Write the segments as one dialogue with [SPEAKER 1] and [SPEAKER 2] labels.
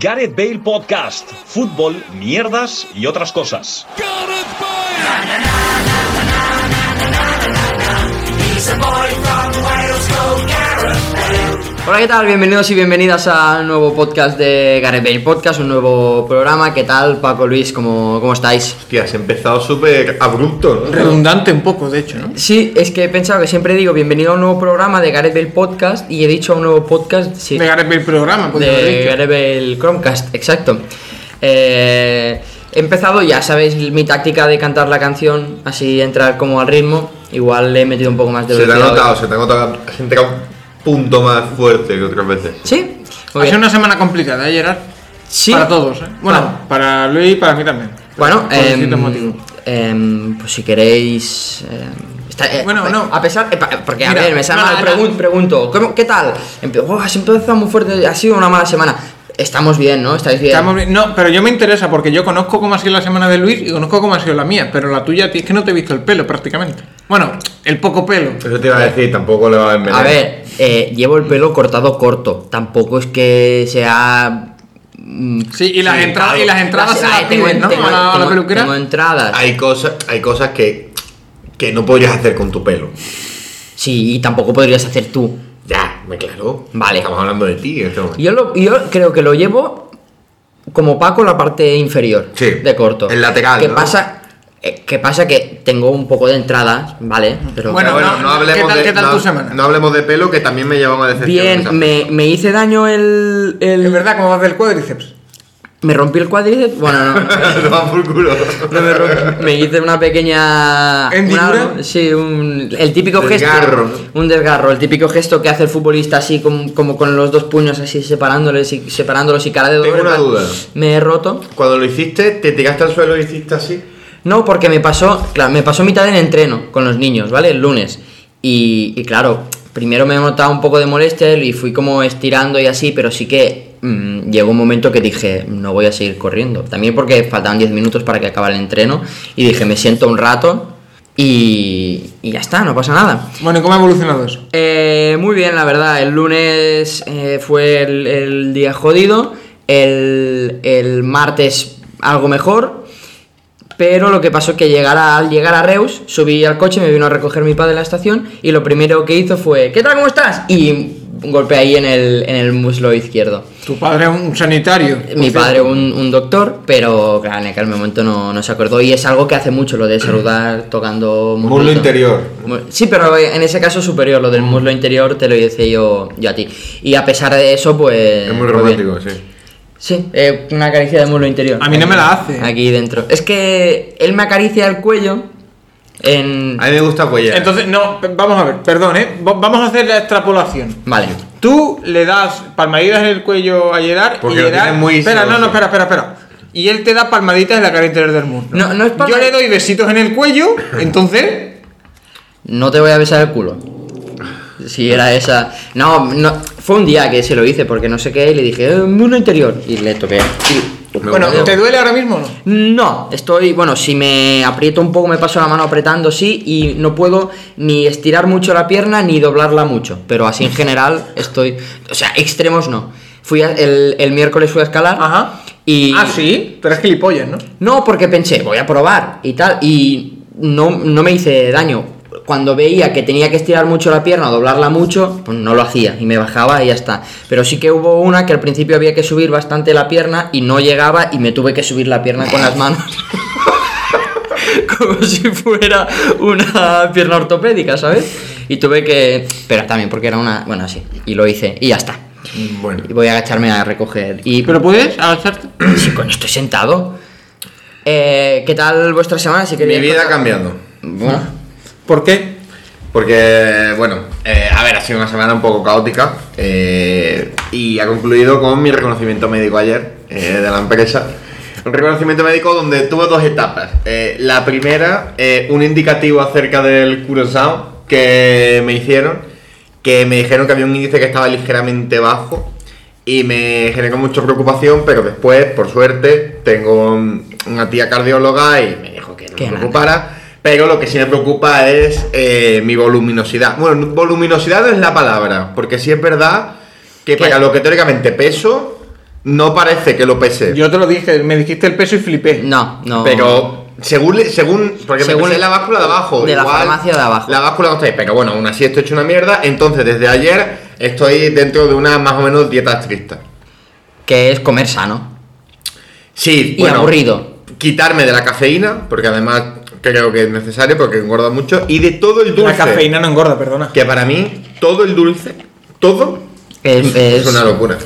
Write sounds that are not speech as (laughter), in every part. [SPEAKER 1] Gareth Bale Podcast, fútbol, mierdas y otras cosas.
[SPEAKER 2] Hola, ¿qué tal? Bienvenidos y bienvenidas a un nuevo podcast de Gareth Bale Podcast, un nuevo programa. ¿Qué tal, Paco Luis? ¿Cómo, cómo estáis?
[SPEAKER 3] Hostia, has empezado súper abrupto, ¿no?
[SPEAKER 4] Redundante un poco, de hecho, ¿no?
[SPEAKER 2] Sí, es que he pensado que siempre digo bienvenido a un nuevo programa de Gareth Bale Podcast y he dicho a un nuevo podcast sí,
[SPEAKER 4] De Gareth Bale programa, podría haber
[SPEAKER 2] de
[SPEAKER 4] dicho.
[SPEAKER 2] Gareth Bale Chromecast, exacto. Eh, he empezado, ya sabéis mi táctica de cantar la canción, así entrar como al ritmo. Igual le he metido un poco más de
[SPEAKER 3] Se te ha
[SPEAKER 2] velocidad hoy.
[SPEAKER 3] notado, se te ha notado. Has entrado un punto más fuerte que otras veces.
[SPEAKER 2] Sí, muy
[SPEAKER 4] Ha sido
[SPEAKER 2] bien.
[SPEAKER 4] una semana complicada, ¿eh, Gerard?
[SPEAKER 2] Sí.
[SPEAKER 4] Para todos, ¿eh? Bueno, para Luis y para mí también.
[SPEAKER 2] Bueno,
[SPEAKER 4] Por
[SPEAKER 2] em,
[SPEAKER 4] distintos motivos.
[SPEAKER 2] em, pues si queréis. em, está- eh,
[SPEAKER 4] Bueno,
[SPEAKER 2] eh,
[SPEAKER 4] no.
[SPEAKER 2] A pesar. eh, pa- porque a
[SPEAKER 4] Mira,
[SPEAKER 2] ver, me sale
[SPEAKER 4] no,
[SPEAKER 2] mal,
[SPEAKER 4] no,
[SPEAKER 2] pregun-
[SPEAKER 4] no.
[SPEAKER 2] pregunto. ¿cómo- ¿Qué tal? Empe- "Oh, has empezado muy fuerte, ha sido una mala semana. Estamos bien, ¿no? Estáis bien.
[SPEAKER 4] Estamos bien- No, pero yo me interesa porque yo conozco cómo ha sido la semana de Luis y conozco cómo ha sido la mía, pero la tuya es que no te he visto el pelo prácticamente. Bueno, el poco pelo.
[SPEAKER 3] Eso te iba a decir, tampoco le va Eh. a envenenar.
[SPEAKER 2] A ver, eh, llevo el pelo cortado corto. Tampoco es que sea. mm,
[SPEAKER 4] Sí, y las
[SPEAKER 2] sí,
[SPEAKER 4] entradas-
[SPEAKER 2] claro.
[SPEAKER 4] y las entradas se
[SPEAKER 2] eh,
[SPEAKER 4] las
[SPEAKER 2] tengo-
[SPEAKER 4] piden, ¿no?
[SPEAKER 2] tengo-
[SPEAKER 4] A la- a la
[SPEAKER 2] tengo-
[SPEAKER 4] peluquera.
[SPEAKER 2] Tengo entradas.
[SPEAKER 3] Hay cosas, hay cosas que, que no podrías hacer con tu pelo.
[SPEAKER 2] Sí, y tampoco podrías hacer tú.
[SPEAKER 3] Ya, me claro.
[SPEAKER 2] Vale.
[SPEAKER 3] Estamos hablando de ti en este momento.
[SPEAKER 2] Yo, lo- yo creo que lo llevo como Paco la parte inferior
[SPEAKER 3] Sí,
[SPEAKER 2] de corto.
[SPEAKER 3] el lateral,
[SPEAKER 2] ¿Qué
[SPEAKER 3] ¿no?
[SPEAKER 2] pasa? eh, ¿Qué pasa? Que tengo un poco de entradas, ¿vale? Pero
[SPEAKER 4] Bueno, no, no, ¿qué tal- qué tal
[SPEAKER 3] no-
[SPEAKER 4] tu semana?
[SPEAKER 3] no hablemos de pelo, que también me lleva una decepción. esa.
[SPEAKER 2] bien,
[SPEAKER 3] (laughs)
[SPEAKER 2] me, me hice daño el, el-
[SPEAKER 4] Es verdad, ¿cómo vas del cuádriceps?
[SPEAKER 2] Me rompí el cuádriceps. Bueno, no. no,
[SPEAKER 4] (laughs)
[SPEAKER 3] Te va por culo.
[SPEAKER 2] no me, rompí, me hice una pequeña.
[SPEAKER 4] ¿Hendidura?
[SPEAKER 2] una- sí, un, el típico
[SPEAKER 3] Desgarro,
[SPEAKER 2] gesto. Un desgarro, el típico gesto que hace el futbolista así, como, como con los dos puños así separándoles y, separándolos y cara de
[SPEAKER 3] Tengo
[SPEAKER 2] dolor.
[SPEAKER 3] una duda.
[SPEAKER 2] Me he roto.
[SPEAKER 3] Cuando lo hiciste, te tiraste al suelo y hiciste así.
[SPEAKER 2] No, porque me pasó, claro, me pasó mitad del entreno con los niños, ¿vale? El lunes. Y, y claro, primero me notaba un poco de molestia y fui como estirando y así, pero sí que mm, llegó un momento que dije, no voy a seguir corriendo. También porque faltaban 10 minutos para que acabara el entreno y dije, me siento un rato y, y ya está, no pasa nada.
[SPEAKER 4] Bueno, ¿y cómo ha evolucionado eso?
[SPEAKER 2] Eh, muy bien, la verdad. El lunes eh, fue el, el día jodido. El, el martes algo mejor. Pero lo que pasó es que llegar a- al llegar a Reus, subí al coche, me vino a recoger mi padre en la estación y lo primero que hizo fue, ¿qué tal, cómo estás? Y un golpe ahí en el, en el muslo izquierdo.
[SPEAKER 4] Tu padre es un sanitario.
[SPEAKER 2] Mi
[SPEAKER 4] por cierto.
[SPEAKER 2] padre un, un doctor, pero claro, en aquel momento no, no se acordó y es algo que hace mucho lo de saludar tocando
[SPEAKER 3] Muslo
[SPEAKER 2] muslo.
[SPEAKER 3] interior.
[SPEAKER 2] Mu- Sí, pero eh, en ese caso superior, lo del muslo interior te lo hice yo, yo a ti. Y a pesar de eso, pues...
[SPEAKER 3] es muy
[SPEAKER 2] pues bien.
[SPEAKER 3] romántico, sí.
[SPEAKER 2] Sí, eh, una acaricia de muslo interior.
[SPEAKER 4] A mí no me la hace.
[SPEAKER 2] Aquí dentro. Es que él me acaricia el cuello en...
[SPEAKER 3] A mí me gusta apoyar.
[SPEAKER 4] Entonces, no, p- vamos a ver, perdón, ¿eh? Va- Vamos a hacer la extrapolación.
[SPEAKER 2] Vale.
[SPEAKER 4] Tú le das palmaditas en el cuello a Gerard
[SPEAKER 3] Porque
[SPEAKER 4] y
[SPEAKER 3] lo
[SPEAKER 4] Gerard.
[SPEAKER 3] tienes muy
[SPEAKER 4] espera, no,
[SPEAKER 3] sedoso.
[SPEAKER 4] no, espera, espera, espera. Y él te da palmaditas en la cara interior del muslo.
[SPEAKER 2] No, no es palma-
[SPEAKER 4] Yo le doy besitos en el
[SPEAKER 3] (laughs)
[SPEAKER 4] cuello, entonces.
[SPEAKER 2] No te voy a besar el culo. Si era esa... No, no, fue un día que se lo hice porque no sé qué y le dije, "Eh, muslo interior. Y le toqué. Y-
[SPEAKER 3] Me
[SPEAKER 4] bueno,
[SPEAKER 3] gustó.
[SPEAKER 4] ¿te duele ahora mismo o no?
[SPEAKER 2] No, estoy, bueno, si me aprieto un poco, me paso la mano apretando, sí, y no puedo ni estirar mucho la pierna ni doblarla mucho, pero así en general estoy, o sea, extremos no. Fui a- el, el miércoles fui a escalar
[SPEAKER 4] Ajá.
[SPEAKER 2] y...
[SPEAKER 4] Ah, sí. Pero es gilipollas, ¿no?
[SPEAKER 2] No, porque pensé, voy a probar y tal, y no, no me hice daño. Cuando veía que tenía que estirar mucho la pierna o doblarla mucho, pues no lo hacía y me bajaba y ya está. Pero sí que hubo una que al principio había que subir bastante la pierna y no llegaba y me tuve que subir la pierna con las manos. (laughs) Como si fuera una pierna ortopédica, ¿sabes? Y tuve que... Pero también porque era una... Bueno, sí. Y lo hice y ya está.
[SPEAKER 3] Bueno.
[SPEAKER 2] Y voy a agacharme a recoger. Y...
[SPEAKER 4] Pero puedes agacharte.
[SPEAKER 2] Sí, coño, estoy sentado. Eh, ¿Qué tal vuestra semana? Si
[SPEAKER 3] Mi
[SPEAKER 2] queréis-
[SPEAKER 3] vida ha cambiado.
[SPEAKER 2] Bueno,
[SPEAKER 4] ¿Por qué?
[SPEAKER 3] Porque, bueno, eh, a ver, ha sido una semana un poco caótica eh, y ha concluido con mi reconocimiento médico ayer eh, de la empresa. Un reconocimiento médico donde tuvo dos etapas. Eh, la primera, eh, un indicativo acerca del Curaçao que me hicieron, que me dijeron que había un índice que estaba ligeramente bajo y me generó mucha preocupación, pero después, por suerte, tengo un- una tía cardióloga y me dijo que no
[SPEAKER 2] Qué
[SPEAKER 3] me
[SPEAKER 2] grande.
[SPEAKER 3] preocupara. Pero lo que sí me preocupa es eh, mi voluminosidad. Bueno, voluminosidad no es la palabra, porque sí es verdad que
[SPEAKER 2] ¿Qué?
[SPEAKER 3] para lo que teóricamente peso, no parece que lo pese.
[SPEAKER 4] Yo te lo dije, me dijiste el peso y flipé.
[SPEAKER 2] No, no.
[SPEAKER 3] Pero según, le- según porque me
[SPEAKER 2] Según
[SPEAKER 3] pesé la báscula de abajo.
[SPEAKER 2] de la
[SPEAKER 3] igual
[SPEAKER 2] farmacia de abajo.
[SPEAKER 3] La báscula no está ahí, pero bueno, aún así estoy hecho una mierda. Entonces, desde ayer estoy dentro de una más o menos dieta estricta.
[SPEAKER 2] Que es comer sano.
[SPEAKER 3] Sí,
[SPEAKER 2] Y
[SPEAKER 3] bueno,
[SPEAKER 2] aburrido.
[SPEAKER 3] Quitarme de la cafeína, porque además creo que es necesario porque engorda mucho. Y de todo el
[SPEAKER 4] La
[SPEAKER 3] dulce.
[SPEAKER 4] cafeína no engorda, perdona.
[SPEAKER 3] Que para mí, todo el dulce, todo
[SPEAKER 2] Es,
[SPEAKER 3] (laughs) es,
[SPEAKER 2] es-
[SPEAKER 3] una locura.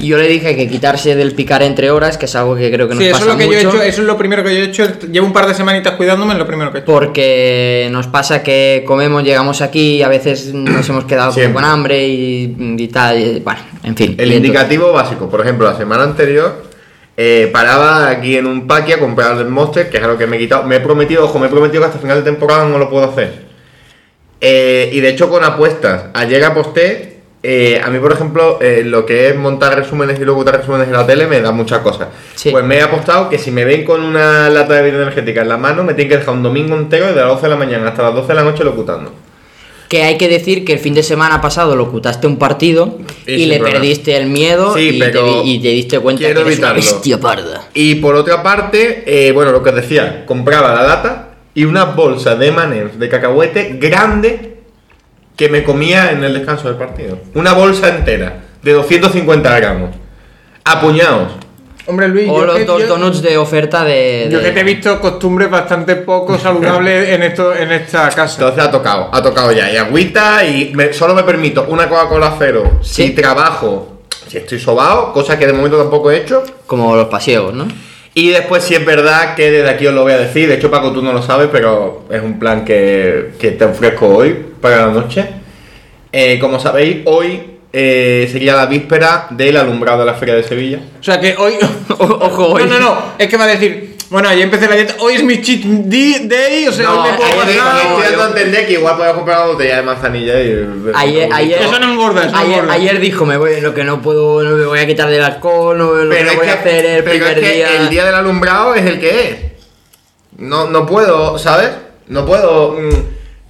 [SPEAKER 2] Yo le dije que quitarse del picar entre horas, que es algo que creo que nos
[SPEAKER 4] Sí, eso es
[SPEAKER 2] pasa
[SPEAKER 4] lo que yo he
[SPEAKER 2] mucho,
[SPEAKER 4] hecho, eso es lo primero que yo he hecho. Llevo un par de semanitas cuidándome, es lo primero que he hecho.
[SPEAKER 2] Porque nos pasa que comemos, llegamos aquí y a veces nos hemos quedado como
[SPEAKER 3] Siempre.
[SPEAKER 2] con hambre y, y tal. y- bueno, en fin.
[SPEAKER 3] El
[SPEAKER 2] Y entonces-
[SPEAKER 3] indicativo básico, por ejemplo, la semana anterior eh, paraba aquí en un paqui a comprar el Monster, que es algo que me he quitado. Me he prometido, ojo, me he prometido que hasta final de temporada no lo puedo hacer. Eh, y de hecho con apuestas. Ayer aposté. eh, a mí, por ejemplo, eh, lo que es montar resúmenes y luego botar resúmenes en la tele me da muchas cosas.
[SPEAKER 2] Sí.
[SPEAKER 3] Pues me he apostado que si me ven con una lata de bebida energética en la mano, me tienen que dejar un domingo entero de las 12 de la mañana hasta las 12 de la noche locutando.
[SPEAKER 2] Que hay que decir que el fin de semana pasado locutaste un partido
[SPEAKER 3] Y
[SPEAKER 2] y,
[SPEAKER 3] sin
[SPEAKER 2] le
[SPEAKER 3] problema.
[SPEAKER 2] perdiste el miedo
[SPEAKER 3] Sí,
[SPEAKER 2] y, te
[SPEAKER 3] pero
[SPEAKER 2] di- y te diste cuenta que
[SPEAKER 3] quiero
[SPEAKER 2] eres una
[SPEAKER 3] evitarlo.
[SPEAKER 2] bestia parda.
[SPEAKER 3] Y por otra parte, eh, bueno, lo que os decía, compraba la lata y una bolsa de manes de cacahuete grande que me comía en el descanso del partido. Una bolsa entera de 250 gramos. Apuñados.
[SPEAKER 4] Hombre, Luis,
[SPEAKER 2] O
[SPEAKER 4] yo
[SPEAKER 2] los
[SPEAKER 4] que-
[SPEAKER 2] dos
[SPEAKER 4] yo-
[SPEAKER 2] donuts de oferta de.
[SPEAKER 4] Yo
[SPEAKER 2] de-
[SPEAKER 4] que te he visto costumbres bastante poco
[SPEAKER 2] (laughs)
[SPEAKER 4] saludables en esto, en esta casa.
[SPEAKER 3] Entonces ha tocado, ha tocado ya. Y agüita y me- solo me permito una Coca-Cola cero si
[SPEAKER 2] Sí.
[SPEAKER 3] trabajo, si estoy sobado, cosa que de momento tampoco he hecho.
[SPEAKER 2] Como los pasiegos, ¿no?
[SPEAKER 3] Y después si es verdad que desde aquí os lo voy a decir, de hecho Paco tú no lo sabes, pero es un plan que, que te ofrezco hoy para la noche. Eh, como sabéis, hoy eh, sería la víspera del alumbrado de la Feria de Sevilla.
[SPEAKER 4] O sea que hoy.
[SPEAKER 2] O- ojo, hoy.
[SPEAKER 4] No, no, no. Es que va a decir. Bueno, ayer empecé la dieta. Hoy es mi cheat di- day. O sea,
[SPEAKER 3] pues, No,
[SPEAKER 4] hoy me
[SPEAKER 3] ayer
[SPEAKER 4] puedo
[SPEAKER 3] estoy
[SPEAKER 4] bajar.
[SPEAKER 3] estoy dando a entender que igual podía comprar una botella de manzanilla y...
[SPEAKER 2] Ayer, ayer,
[SPEAKER 4] Eso no engorda, eso no
[SPEAKER 2] ayer,
[SPEAKER 4] engorda.
[SPEAKER 2] ayer dijo, me voy, lo que no puedo, no me voy a quitar del alcohol, no lo que
[SPEAKER 3] Pero
[SPEAKER 2] no
[SPEAKER 3] es
[SPEAKER 2] voy
[SPEAKER 3] que,
[SPEAKER 2] a hacer el
[SPEAKER 3] pero
[SPEAKER 2] primer
[SPEAKER 3] es que
[SPEAKER 2] día.
[SPEAKER 3] el día del alumbrado es el que es. No, no puedo, ¿sabes? No puedo mm,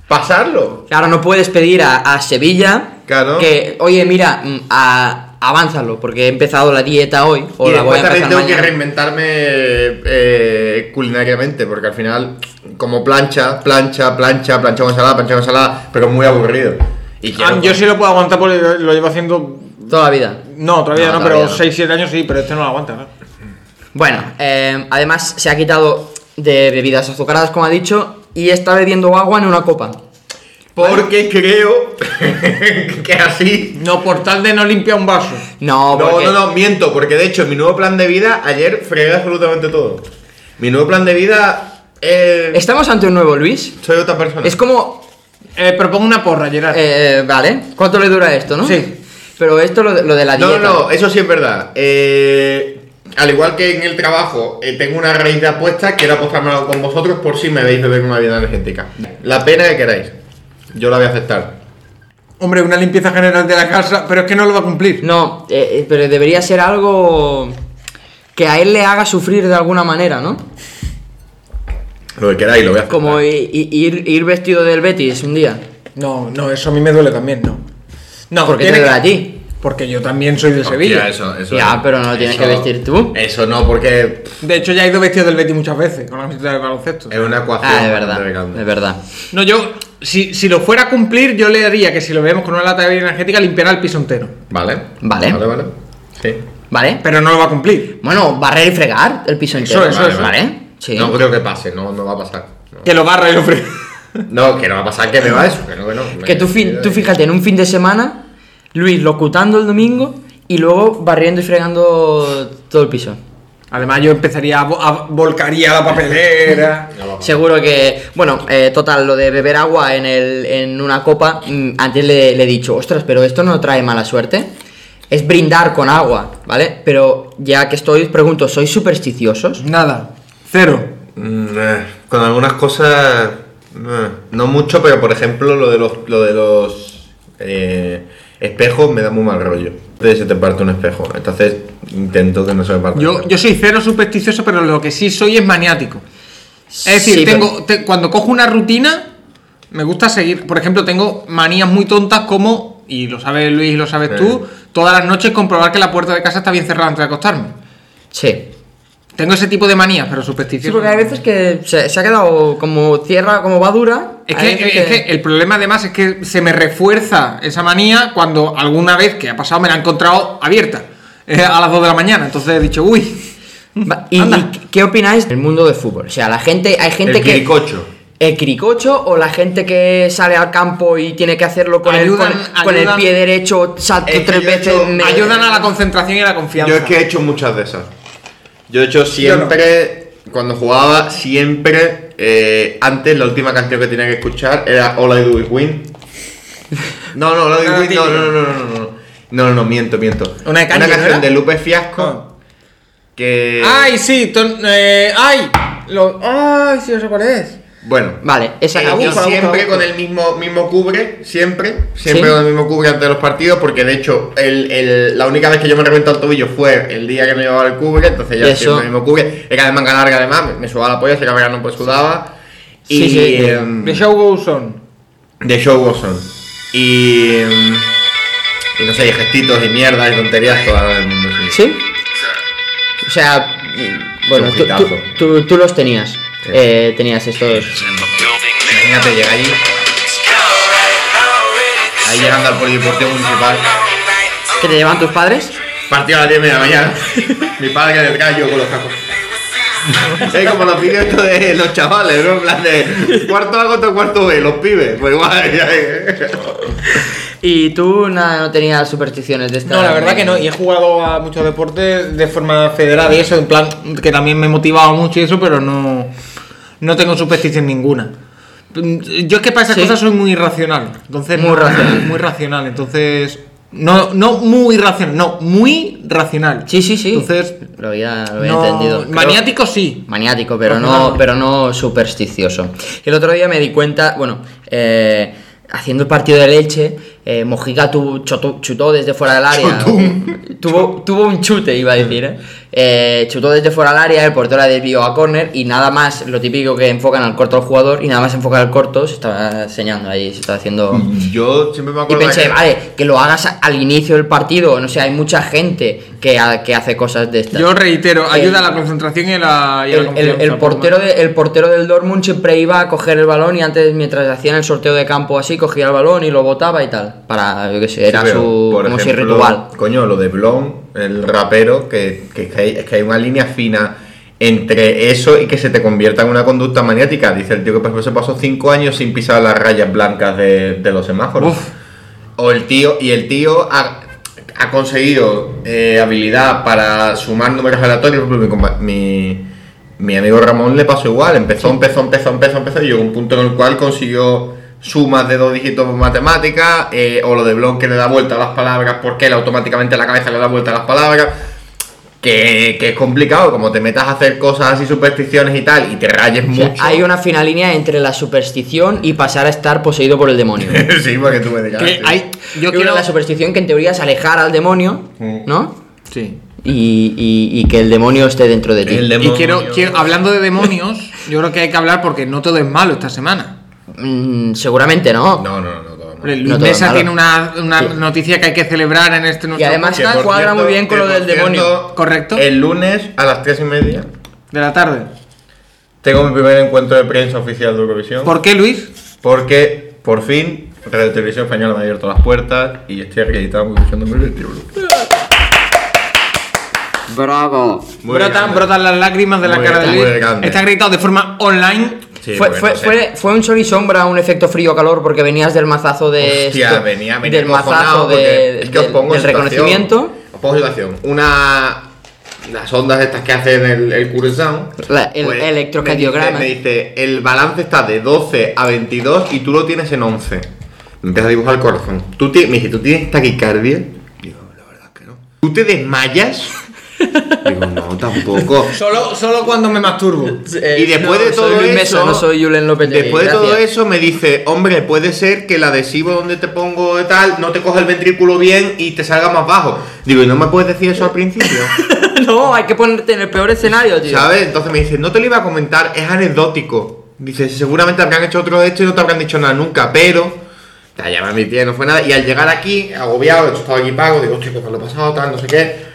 [SPEAKER 3] pasarlo.
[SPEAKER 2] Claro, no puedes pedir a, a Sevilla
[SPEAKER 3] Claro.
[SPEAKER 2] que, oye, mira, mm, a- avánzalo, porque he empezado la dieta hoy, o
[SPEAKER 3] y
[SPEAKER 2] la voy a
[SPEAKER 3] después
[SPEAKER 2] empezar
[SPEAKER 3] también tengo que
[SPEAKER 2] mañana.
[SPEAKER 3] reinventarme eh, culinariamente, porque al final, como plancha, plancha, plancha, plancha con ensalada, plancha con ensalada, pero es muy aburrido. Y
[SPEAKER 4] Ah,
[SPEAKER 3] quiero-
[SPEAKER 4] yo sí lo puedo aguantar porque lo lo llevo haciendo.
[SPEAKER 2] Toda la vida.
[SPEAKER 4] No, todavía
[SPEAKER 2] No,
[SPEAKER 4] no,
[SPEAKER 2] todavía
[SPEAKER 4] pero
[SPEAKER 2] no.
[SPEAKER 4] 6, 7 años sí, pero este no lo aguanta. ¿no?
[SPEAKER 2] Bueno, eh, además se ha quitado de bebidas azucaradas, como ha dicho, y está bebiendo agua en una copa.
[SPEAKER 3] Porque creo (laughs) que así.
[SPEAKER 4] No, por tal de no limpiar un vaso.
[SPEAKER 2] No,
[SPEAKER 3] No,
[SPEAKER 2] porque-
[SPEAKER 3] no, no, miento, porque de hecho, mi nuevo plan de vida, ayer fregué absolutamente todo. Mi nuevo plan de vida. Eh,
[SPEAKER 2] ¿Estamos ante un nuevo Luis?
[SPEAKER 3] Soy otra persona.
[SPEAKER 2] Es como
[SPEAKER 4] Eh, propongo una porra, Gerard.
[SPEAKER 2] Eh, vale, ¿cuánto le dura esto, no?
[SPEAKER 4] Sí.
[SPEAKER 2] Pero esto lo de, lo de la
[SPEAKER 3] No,
[SPEAKER 2] dieta.
[SPEAKER 3] no, no, eso sí es verdad. Eh, al igual que en el trabajo, eh, tengo una raíz de apuestas, quiero apostármela con vosotros por si me veis beber una vida energética. La pena que queráis. Yo la voy a aceptar.
[SPEAKER 4] Hombre, una limpieza general de la casa, pero es que no lo va a cumplir.
[SPEAKER 2] No, eh, eh, pero debería ser algo que a él le haga sufrir de alguna manera, ¿no?
[SPEAKER 3] Lo que queráis, lo voy a aceptar.
[SPEAKER 2] Como i- i- ir, ir vestido del Betis un día.
[SPEAKER 4] No, no, eso a mí me duele también, no. No,
[SPEAKER 2] ¿Por qué
[SPEAKER 4] tiene
[SPEAKER 2] te duele
[SPEAKER 4] que-
[SPEAKER 2] a ti?
[SPEAKER 4] Porque yo también soy de
[SPEAKER 3] Hostia,
[SPEAKER 4] Sevilla.
[SPEAKER 3] eso- eso-
[SPEAKER 2] Ya, pero no lo tienes
[SPEAKER 3] eso-
[SPEAKER 2] que vestir tú.
[SPEAKER 3] Eso no, porque
[SPEAKER 4] De hecho, ya he ido vestido del Betis muchas veces con la camiseta de baloncesto.
[SPEAKER 3] es una ecuación.
[SPEAKER 2] Ah, de
[SPEAKER 3] bastante
[SPEAKER 2] verdad,
[SPEAKER 3] grande.
[SPEAKER 2] de verdad.
[SPEAKER 4] No, yo, si, si lo fuera a cumplir, yo le haría que si lo vemos con una lata de bebida energética, limpiará el piso entero.
[SPEAKER 3] Vale.
[SPEAKER 2] Vale.
[SPEAKER 3] Vale, vale. Sí.
[SPEAKER 2] ¿Vale?
[SPEAKER 4] Pero no lo va a cumplir.
[SPEAKER 2] Bueno, barrer y fregar el piso entero.
[SPEAKER 4] eso,
[SPEAKER 2] vale,
[SPEAKER 4] eso.
[SPEAKER 2] Sí.
[SPEAKER 3] No pues, creo que pase, no, no va a pasar. No.
[SPEAKER 4] Que lo barra y lo fríe.
[SPEAKER 3] No, que no va a pasar, que me va eso. Que no, que no.
[SPEAKER 2] que tú, fi- tú fíjate, en un fin de semana, Luis locutando el domingo y luego barriendo y fregando todo el piso.
[SPEAKER 4] Además, yo empezaría a, vo- a- volcaría la papelera.
[SPEAKER 3] No va a pasar.
[SPEAKER 2] Seguro que, bueno, eh, total, lo de beber agua en, el, en una copa, mm, antes le, le he dicho, ostras, pero esto no trae mala suerte. Es brindar con agua, ¿vale? Pero ya que estoy, pregunto, ¿sois supersticiosos?
[SPEAKER 4] Nada. Cero.
[SPEAKER 3] Mm, eh, con algunas cosas. eh, no mucho, pero por ejemplo, lo de los, lo de los eh, espejos me da muy mal rollo. Entonces se te parte un espejo. Entonces intento que no se me parte.
[SPEAKER 2] Pues-
[SPEAKER 4] Yo, yo soy cero supersticioso, pero lo que sí soy es maniático. Es decir,
[SPEAKER 2] Sí, pero-
[SPEAKER 4] tengo, te- cuando cojo una rutina, me gusta seguir. Por ejemplo, tengo manías muy tontas como y lo sabe Luis y lo sabes
[SPEAKER 3] Sí.
[SPEAKER 4] tú, todas las noches comprobar que la puerta de casa está bien cerrada antes de acostarme.
[SPEAKER 2] Sí.
[SPEAKER 4] Tengo ese tipo de manías, pero
[SPEAKER 2] Sí,
[SPEAKER 4] superstición.
[SPEAKER 2] porque hay veces que se, se ha quedado como cierra, como va dura.
[SPEAKER 4] Es
[SPEAKER 2] hay
[SPEAKER 4] que,
[SPEAKER 2] veces
[SPEAKER 4] es que el problema además es que se me refuerza esa manía cuando alguna vez que ha pasado me la he encontrado abierta eh, a las 2 de la mañana. Entonces he dicho, uy,
[SPEAKER 2] Va- ¿Y,
[SPEAKER 4] Anda.
[SPEAKER 2] y qué opináis del mundo del fútbol? O sea, la gente, hay gente
[SPEAKER 3] el
[SPEAKER 2] que.
[SPEAKER 3] quiricocho.
[SPEAKER 2] ¿El cricocho o la gente que sale al campo y tiene que hacerlo con, el,
[SPEAKER 4] Ayudan-
[SPEAKER 2] con el- con,
[SPEAKER 4] ayudan-
[SPEAKER 2] el pie derecho, salto
[SPEAKER 3] Es que
[SPEAKER 2] tres
[SPEAKER 3] yo he
[SPEAKER 2] veces?
[SPEAKER 3] hecho-
[SPEAKER 2] me-
[SPEAKER 4] ayudan a la concentración y a la confianza.
[SPEAKER 3] Yo es que he hecho muchas de esas. Yo he hecho siempre, cuando jugaba, siempre, eh, antes la última canción que tenía que escuchar era All I Do Is Win. No, no, All I Do Is
[SPEAKER 4] No,
[SPEAKER 3] Win, no,
[SPEAKER 4] típico.
[SPEAKER 3] no, no, no, no, no, no, no, no, miento, miento.
[SPEAKER 4] Una de Kanye, ¿no
[SPEAKER 3] canción
[SPEAKER 4] era?
[SPEAKER 3] de Lupe Fiasco que...
[SPEAKER 4] ¡Ay, sí! ton- eh, ¡Ay! Lo- ¡Ay, sí, eso cuál es!
[SPEAKER 3] Bueno,
[SPEAKER 2] Vale, esa
[SPEAKER 3] Eh,
[SPEAKER 2] la
[SPEAKER 3] yo
[SPEAKER 2] busco, la busco, la
[SPEAKER 3] siempre
[SPEAKER 2] busco.
[SPEAKER 3] con el mismo, mismo cubre, siempre, siempre
[SPEAKER 2] ¿Sí?
[SPEAKER 3] con el mismo cubre antes de los partidos, porque de hecho el, el- la única vez que yo me reventé el tobillo fue el día que me llevaba el cubre, entonces ya
[SPEAKER 2] Eso.
[SPEAKER 3] siempre el mismo cubre, era de manga larga además, me, me sudaba la polla, se cabreaba, no pues sudaba,
[SPEAKER 2] Sí,
[SPEAKER 3] y
[SPEAKER 2] sí.
[SPEAKER 3] em,
[SPEAKER 4] The Show Goes On.
[SPEAKER 3] de Show Watson, y, em, y no sé, y gestitos y mierdas y tonterías, todas el mundo. sí.
[SPEAKER 2] ¿Sí? O sea, mm, bueno,
[SPEAKER 3] Un
[SPEAKER 2] tú, tú-
[SPEAKER 3] hitazo.
[SPEAKER 2] tú- tú los tenías. Eh, tenías estos.
[SPEAKER 3] Imagínate llegar allí, ahí llegando al polideportivo municipal,
[SPEAKER 2] ¿Que te llevan tus padres?
[SPEAKER 3] partido a las 10 de la mañana, mi padre en el gallo con los tacos. Es como los vídeos estos de los chavales, ¿no? En plan de cuarto A contra cuarto B, los pibes. Pues igual. ya, ya.
[SPEAKER 2] ¿Y tú nada, no tenías supersticiones de estas?
[SPEAKER 4] No, la verdad que no. Y he jugado a muchos deportes de forma federal y eso, en plan, que también me motivaba mucho y eso, pero no, no tengo superstición ninguna. Mm, Yo es que para esas
[SPEAKER 2] Sí.
[SPEAKER 4] cosas soy muy irracional. Entonces,
[SPEAKER 2] Muy
[SPEAKER 4] no-
[SPEAKER 2] racional.
[SPEAKER 4] Muy racional. Entonces, no, no muy racional, no, muy racional.
[SPEAKER 2] Sí, sí, sí.
[SPEAKER 4] Entonces,
[SPEAKER 2] Lo había, lo había
[SPEAKER 4] no-
[SPEAKER 2] entendido. Creo-
[SPEAKER 4] Maniático sí.
[SPEAKER 2] Maniático, pero
[SPEAKER 4] Ojalá
[SPEAKER 2] no,
[SPEAKER 4] no.
[SPEAKER 2] pero no supersticioso. El otro día me di cuenta, bueno, eh, haciendo el partido de leche, eh, Mojica tuvo- chotó- chutó desde fuera del área. (laughs) Tuvo, tuvo un chute, iba a decir, ¿eh? Eh, Chutó desde fuera del área, el portero la desvió a córner y nada más, lo típico que enfocan al corto al jugador y nada más enfocan al corto, se estaba enseñando ahí, se estaba haciendo...
[SPEAKER 3] Mm. Yo siempre me
[SPEAKER 2] Y
[SPEAKER 3] acuerdo.
[SPEAKER 2] pensé,
[SPEAKER 3] de que-
[SPEAKER 2] vale, que lo hagas a- al inicio del partido, no sé, hay mucha gente que, ha- que hace cosas de estas.
[SPEAKER 4] Yo reitero,
[SPEAKER 2] El-
[SPEAKER 4] ayuda a la concentración y a la, y a la
[SPEAKER 2] El, el-
[SPEAKER 4] confianza,
[SPEAKER 2] el
[SPEAKER 4] por
[SPEAKER 2] portero de- el portero del Dortmund siempre iba a coger el balón y antes, mientras hacían el sorteo de campo así, cogía el balón y lo botaba y tal. Para, yo qué sé, era
[SPEAKER 3] Sí, pero,
[SPEAKER 2] su,
[SPEAKER 3] por
[SPEAKER 2] como si
[SPEAKER 3] ejemplo,
[SPEAKER 2] ritual.
[SPEAKER 3] Coño, lo de Blon, el rapero, que, que, es que hay, es que hay una línea fina entre eso y que se te convierta en una conducta maniática. Dice el tío que por ejemplo, se pasó cinco años sin pisar las rayas blancas de, de los semáforos.
[SPEAKER 4] Uf.
[SPEAKER 3] O el tío, y el tío ha, ha conseguido eh, habilidad para sumar números aleatorios. Por ejemplo, mi, compa- mi, mi amigo Ramón le pasó igual. Empezó, empezó, empezó, empezó, empezó. Y llegó a un punto en el cual consiguió sumas de dos dígitos por matemática. eh, o lo de Blon que le da vuelta a las palabras porque él automáticamente la cabeza le da vuelta a las palabras. Que, que es complicado, como te metas a hacer cosas así, supersticiones y tal, y te rayes
[SPEAKER 2] O sea,
[SPEAKER 3] mucho.
[SPEAKER 2] hay una fina línea entre la superstición y pasar a estar poseído por el
[SPEAKER 3] (laughs)
[SPEAKER 2] demonio.
[SPEAKER 3] (laughs) sí, porque tú me digas.
[SPEAKER 4] Que
[SPEAKER 3] sí.
[SPEAKER 4] hay- yo
[SPEAKER 2] Yo
[SPEAKER 4] quiero...
[SPEAKER 2] la superstición que en teoría es alejar al demonio,
[SPEAKER 3] Mm.
[SPEAKER 2] ¿no?
[SPEAKER 4] Sí.
[SPEAKER 2] Y, y- y que el demonio esté dentro de ti.
[SPEAKER 3] El
[SPEAKER 4] Y
[SPEAKER 3] demonio.
[SPEAKER 4] quiero, quiero, hablando de demonios, yo creo que hay que hablar porque no todo es malo esta semana.
[SPEAKER 2] Mm, seguramente no.
[SPEAKER 3] No, no, no, no, todo mal.
[SPEAKER 4] Hombre, Luis
[SPEAKER 2] No todo es
[SPEAKER 4] Mesa
[SPEAKER 2] malo.
[SPEAKER 4] tiene una, una
[SPEAKER 2] Sí.
[SPEAKER 4] noticia que hay que celebrar en este
[SPEAKER 2] Y
[SPEAKER 4] nuestro
[SPEAKER 2] además
[SPEAKER 3] Que,
[SPEAKER 2] nada,
[SPEAKER 3] por
[SPEAKER 2] cuadra
[SPEAKER 3] cierto,
[SPEAKER 2] muy bien con
[SPEAKER 3] que,
[SPEAKER 2] lo
[SPEAKER 3] por
[SPEAKER 2] del demonio.
[SPEAKER 3] cierto,
[SPEAKER 4] ¿Correcto?
[SPEAKER 3] El lunes a las 3 y media
[SPEAKER 4] de la tarde.
[SPEAKER 3] tengo mi primer encuentro de prensa oficial de Eurovisión.
[SPEAKER 4] ¿Por qué, Luis?
[SPEAKER 3] Porque por fin Radio Televisión Española me ha abierto las puertas y estoy acreditado en Eurovisión 2021.
[SPEAKER 2] Bravo.
[SPEAKER 3] Muy
[SPEAKER 4] brotan,
[SPEAKER 3] grande.
[SPEAKER 4] brotan las lágrimas de la
[SPEAKER 3] Muy
[SPEAKER 4] cara
[SPEAKER 3] grande,
[SPEAKER 4] de
[SPEAKER 3] muy
[SPEAKER 4] Luis.
[SPEAKER 3] grande.
[SPEAKER 4] Está gritado de forma online.
[SPEAKER 3] Sí,
[SPEAKER 2] fue,
[SPEAKER 3] porque
[SPEAKER 2] fue,
[SPEAKER 3] no sé.
[SPEAKER 2] fue, fue un sol y sombra, un efecto frío-calor, porque venías del mazazo de.
[SPEAKER 3] Hostia,
[SPEAKER 2] eh, esto-
[SPEAKER 3] venía, venía
[SPEAKER 2] Del
[SPEAKER 3] acojonado
[SPEAKER 2] mazazo de-
[SPEAKER 3] porque es que os
[SPEAKER 2] del-
[SPEAKER 3] pongo
[SPEAKER 2] del
[SPEAKER 3] situación.
[SPEAKER 2] reconocimiento.
[SPEAKER 3] Os pongo situación. Una. Las ondas estas que hacen el, el Curaçao,
[SPEAKER 2] La- el electrocardiograma.
[SPEAKER 3] Me Pues, dice, me dice, el balance está de 12 a 22 y tú lo tienes en 11. Me empieza a dibujar el corazón. Tú ti- me dice, ¿tú tienes taquicardia? Digo, la verdad es que no. ¿Tú
[SPEAKER 2] (laughs)
[SPEAKER 3] te desmayas? Digo, no, tampoco.
[SPEAKER 4] Solo, solo cuando me masturbo.
[SPEAKER 3] Y
[SPEAKER 2] eh,
[SPEAKER 3] después
[SPEAKER 2] no,
[SPEAKER 3] de
[SPEAKER 2] soy
[SPEAKER 3] todo
[SPEAKER 2] Luis
[SPEAKER 3] eso,
[SPEAKER 2] Mesa, no soy Julen López de
[SPEAKER 3] después de
[SPEAKER 2] Gracia.
[SPEAKER 3] todo eso me dice, hombre, puede ser que el adhesivo donde te pongo de tal no te coja el ventrículo bien y te salga más bajo. Digo, ¿y no me puedes decir eso al principio?
[SPEAKER 2] (laughs) no, hay que ponerte en el peor escenario, tío.
[SPEAKER 3] ¿Sabes? Entonces me dice, no te lo iba a comentar, es anecdótico. Dice, seguramente habrán hecho otro de estos y no te habrán dicho nada nunca, pero La llamé a mi tía y no fue nada. Y al llegar aquí, agobiado, yo estaba aquí pago, digo, hostia, ¿qué me lo he pasado? Tal, no sé qué.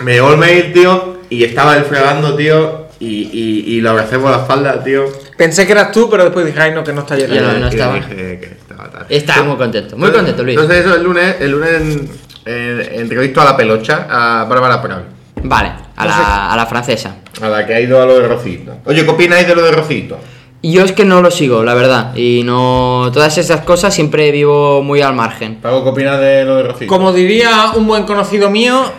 [SPEAKER 3] Me llegó el mail, tío, y estaba él fregando, tío, y, y, y lo abracé por la espalda, tío.
[SPEAKER 4] Pensé que eras tú, pero después dije, ay, no, que no está
[SPEAKER 2] Ya
[SPEAKER 4] llegando.
[SPEAKER 2] no, no
[SPEAKER 3] Y
[SPEAKER 2] estaba.
[SPEAKER 3] dije que estaba tal.
[SPEAKER 2] Estaba muy contento, muy contento, Luis.
[SPEAKER 3] Entonces, eso, el lunes, el lunes en- en- entrevisto a la pelocha, a Bárbara Pravi,
[SPEAKER 2] Vale, a la, a la francesa.
[SPEAKER 3] a la que ha ido a lo de Rocito. Oye, ¿qué opináis de lo de Rocito?
[SPEAKER 2] Yo es que no lo sigo, la verdad. Y no. Todas esas cosas siempre vivo muy al margen. (laughs)
[SPEAKER 3] Pago, ¿qué opinas de lo de Rocito?
[SPEAKER 4] Como diría un buen conocido mío,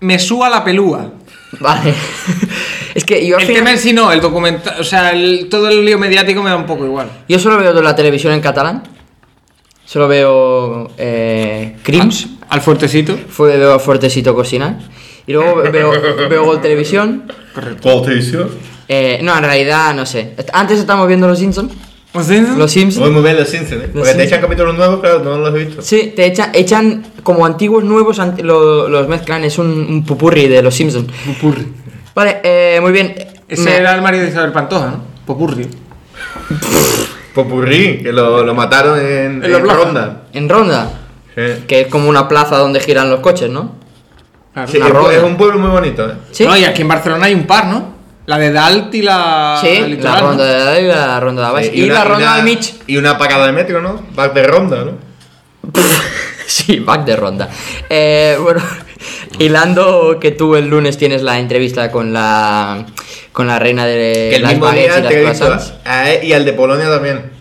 [SPEAKER 4] me suba la pelúa.
[SPEAKER 2] Vale. (laughs) es que yo al
[SPEAKER 4] El
[SPEAKER 2] final-
[SPEAKER 4] tema en sí no, el documental, o sea, el- todo el lío mediático me da un poco igual.
[SPEAKER 2] Yo solo veo la televisión en catalán. Solo veo. Eh, crims.
[SPEAKER 4] Al fuertecito.
[SPEAKER 2] Fue, veo Fuertecito Cocina. Y luego veo, veo Gol Televisión.
[SPEAKER 3] ¿Cuál te hizo?
[SPEAKER 2] Eh, no, en realidad no sé. Antes estábamos viendo Los Simpsons. Los
[SPEAKER 3] Voy
[SPEAKER 2] Simpsons.
[SPEAKER 3] muy bien los Simpsons, ¿eh? Porque te
[SPEAKER 2] Simpsons.
[SPEAKER 3] echan capítulos nuevos, claro, no los he visto.
[SPEAKER 2] Sí, te echan, echan como antiguos nuevos, ant- lo- los mezclan, es un, un pupurri de los Simpsons.
[SPEAKER 4] Popurri.
[SPEAKER 2] Vale, eh, muy bien.
[SPEAKER 4] Ese
[SPEAKER 2] Me-
[SPEAKER 4] era el marido de Isabel Pantoja, ¿no? Popurri.
[SPEAKER 3] Popurrí, que lo, lo mataron en,
[SPEAKER 4] En la
[SPEAKER 3] en
[SPEAKER 4] plaza.
[SPEAKER 3] Ronda.
[SPEAKER 2] En Ronda,
[SPEAKER 3] Sí.
[SPEAKER 2] que es como una plaza donde giran los coches, ¿no?
[SPEAKER 4] Claro.
[SPEAKER 3] Sí,
[SPEAKER 2] Una
[SPEAKER 3] es,
[SPEAKER 2] ronda.
[SPEAKER 3] es un pueblo muy bonito, ¿eh?
[SPEAKER 2] Sí,
[SPEAKER 4] No, y aquí en Barcelona hay un par, ¿no? La de Dalt y la.
[SPEAKER 2] sí
[SPEAKER 4] la
[SPEAKER 2] la,
[SPEAKER 4] litoral, ¿no?
[SPEAKER 2] ronda de Dali y la ronda de Abaix.
[SPEAKER 3] Sí,
[SPEAKER 2] y, la
[SPEAKER 3] una-
[SPEAKER 2] ronda
[SPEAKER 3] una-
[SPEAKER 2] de Mitch.
[SPEAKER 3] Y una parada de metro, ¿no? Vas de Ronda, ¿no?
[SPEAKER 2] (laughs) Sí, back de ronda. Eh, bueno, (laughs) hilando que tú el lunes tienes la entrevista con la con la reina de
[SPEAKER 3] que el
[SPEAKER 2] Eh, las
[SPEAKER 3] mismo día
[SPEAKER 2] baguettes y las
[SPEAKER 3] entrevistó
[SPEAKER 2] croissants.
[SPEAKER 3] ¿eh? a él y al de Polonia también.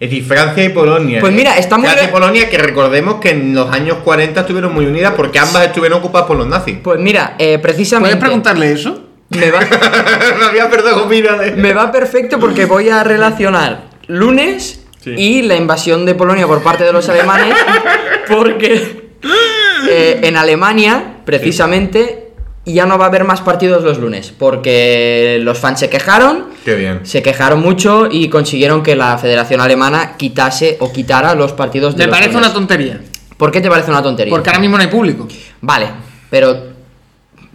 [SPEAKER 3] Es decir, Francia y Polonia. ¿eh?
[SPEAKER 2] Pues mira, está muy
[SPEAKER 3] Francia y
[SPEAKER 2] re-
[SPEAKER 3] Polonia, que recordemos que en los años 40 estuvieron muy unidas porque ambas estuvieron ocupadas por los nazis. (laughs)
[SPEAKER 2] Pues mira, eh, precisamente.
[SPEAKER 4] ¿Puedes preguntarle eso?
[SPEAKER 2] Me va,
[SPEAKER 3] no había eh. perdido comida de...
[SPEAKER 2] me va perfecto porque voy a relacionar lunes y la invasión de Polonia por parte de los alemanes. Porque eh, en Alemania, precisamente, ya no va a haber más partidos los lunes. Porque los fans se quejaron.
[SPEAKER 3] Qué bien.
[SPEAKER 2] Se quejaron mucho y consiguieron que la Federación Alemana quitase o quitara los partidos de
[SPEAKER 4] Me
[SPEAKER 2] los
[SPEAKER 4] parece
[SPEAKER 2] lunes.
[SPEAKER 4] una tontería.
[SPEAKER 2] ¿Por qué te parece una tontería?
[SPEAKER 4] Porque ahora mismo no hay público.
[SPEAKER 2] Vale, pero...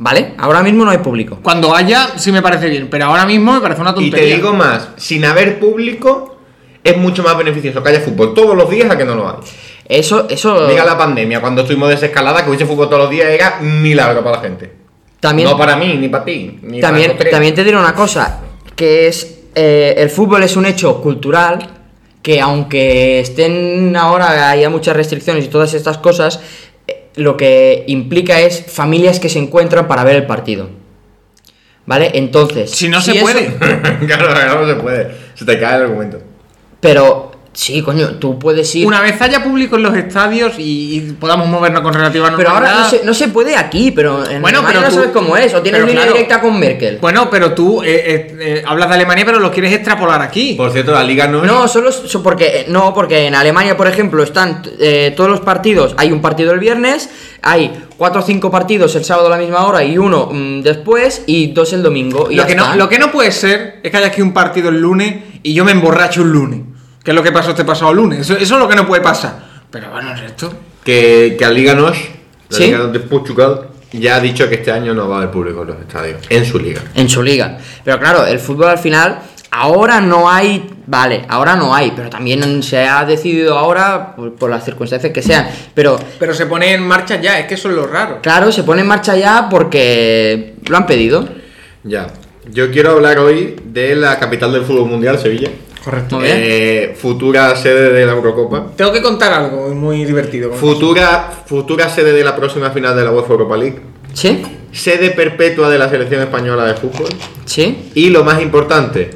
[SPEAKER 2] Vale, ahora mismo no hay público.
[SPEAKER 4] Cuando haya, sí me parece bien, pero ahora mismo me parece una
[SPEAKER 3] Y
[SPEAKER 4] tontería.
[SPEAKER 3] te digo más, sin haber público, es mucho más beneficioso que haya fútbol todos los días a que no lo hay.
[SPEAKER 2] Eso, eso...
[SPEAKER 3] Diga la pandemia, cuando estuvimos desescalada, que hubiese fútbol todos los días era un milagro para la gente.
[SPEAKER 2] También,
[SPEAKER 3] no para mí, ni para ti, ni
[SPEAKER 2] también,
[SPEAKER 3] para los tres. (laughs)
[SPEAKER 2] también te diré una cosa, que es... eh, el fútbol es un hecho cultural que aunque estén ahora, haya muchas restricciones y todas estas cosas, eh, lo que implica es familias que se encuentran para ver el partido. ¿Vale? Entonces...
[SPEAKER 4] Si no se
[SPEAKER 2] eso-
[SPEAKER 4] puede.
[SPEAKER 3] claro, claro, no se puede. Se te cae el argumento.
[SPEAKER 2] Pero sí, coño, tú puedes ir.
[SPEAKER 4] Una vez haya público en los estadios y, y podamos movernos con relativa
[SPEAKER 2] pero
[SPEAKER 4] normalidad.
[SPEAKER 2] ahora no se, no se puede aquí, pero en
[SPEAKER 4] Bueno,
[SPEAKER 2] Alemania
[SPEAKER 4] pero
[SPEAKER 2] no
[SPEAKER 4] tú-
[SPEAKER 2] sabes cómo es. O tienes
[SPEAKER 4] pero
[SPEAKER 2] línea
[SPEAKER 4] claro.
[SPEAKER 2] directa con Merkel.
[SPEAKER 4] Bueno, pero tú eh, eh, eh, hablas de Alemania, pero lo quieres extrapolar aquí.
[SPEAKER 3] Por cierto, la liga no es...
[SPEAKER 2] No, solo es- so- porque eh, no, porque en Alemania, por ejemplo, están eh, todos los partidos. Hay un partido el viernes, hay cuatro o cinco partidos el sábado a la misma hora y uno mm, después y dos el domingo. Y
[SPEAKER 4] lo,
[SPEAKER 2] Pues ya
[SPEAKER 4] que no,
[SPEAKER 2] está.
[SPEAKER 4] lo que no puede ser es que haya aquí un partido el lunes y yo me emborracho un lunes. Que es lo que pasó este pasado lunes. Eso, eso es lo que no puede pasar. Pero bueno, el resto.
[SPEAKER 3] Que, que la Liga NOS, la
[SPEAKER 2] Sí.
[SPEAKER 3] Liga de Portugal, ya ha dicho que este año no va a haber público en los estadios, en su liga.
[SPEAKER 2] En su liga. Pero claro, el fútbol al final, ahora no hay, vale, ahora no hay, pero también se ha decidido ahora por, por las circunstancias que sean. Pero
[SPEAKER 4] Pero se pone en marcha ya, es que eso es lo raro.
[SPEAKER 2] claro, se pone en marcha ya porque lo han pedido.
[SPEAKER 3] Ya. Yo quiero hablar hoy de la capital del fútbol mundial, Sevilla.
[SPEAKER 4] Correcto.
[SPEAKER 2] Muy bien.
[SPEAKER 3] Eh, futura sede de la Eurocopa.
[SPEAKER 4] Tengo que contar algo muy divertido. con eso.
[SPEAKER 3] Futura, futura sede de la próxima final de la UEFA Europa League.
[SPEAKER 2] ¿Sí?
[SPEAKER 3] Sede perpetua de la selección española de fútbol.
[SPEAKER 2] ¿Sí?
[SPEAKER 3] Y lo más importante,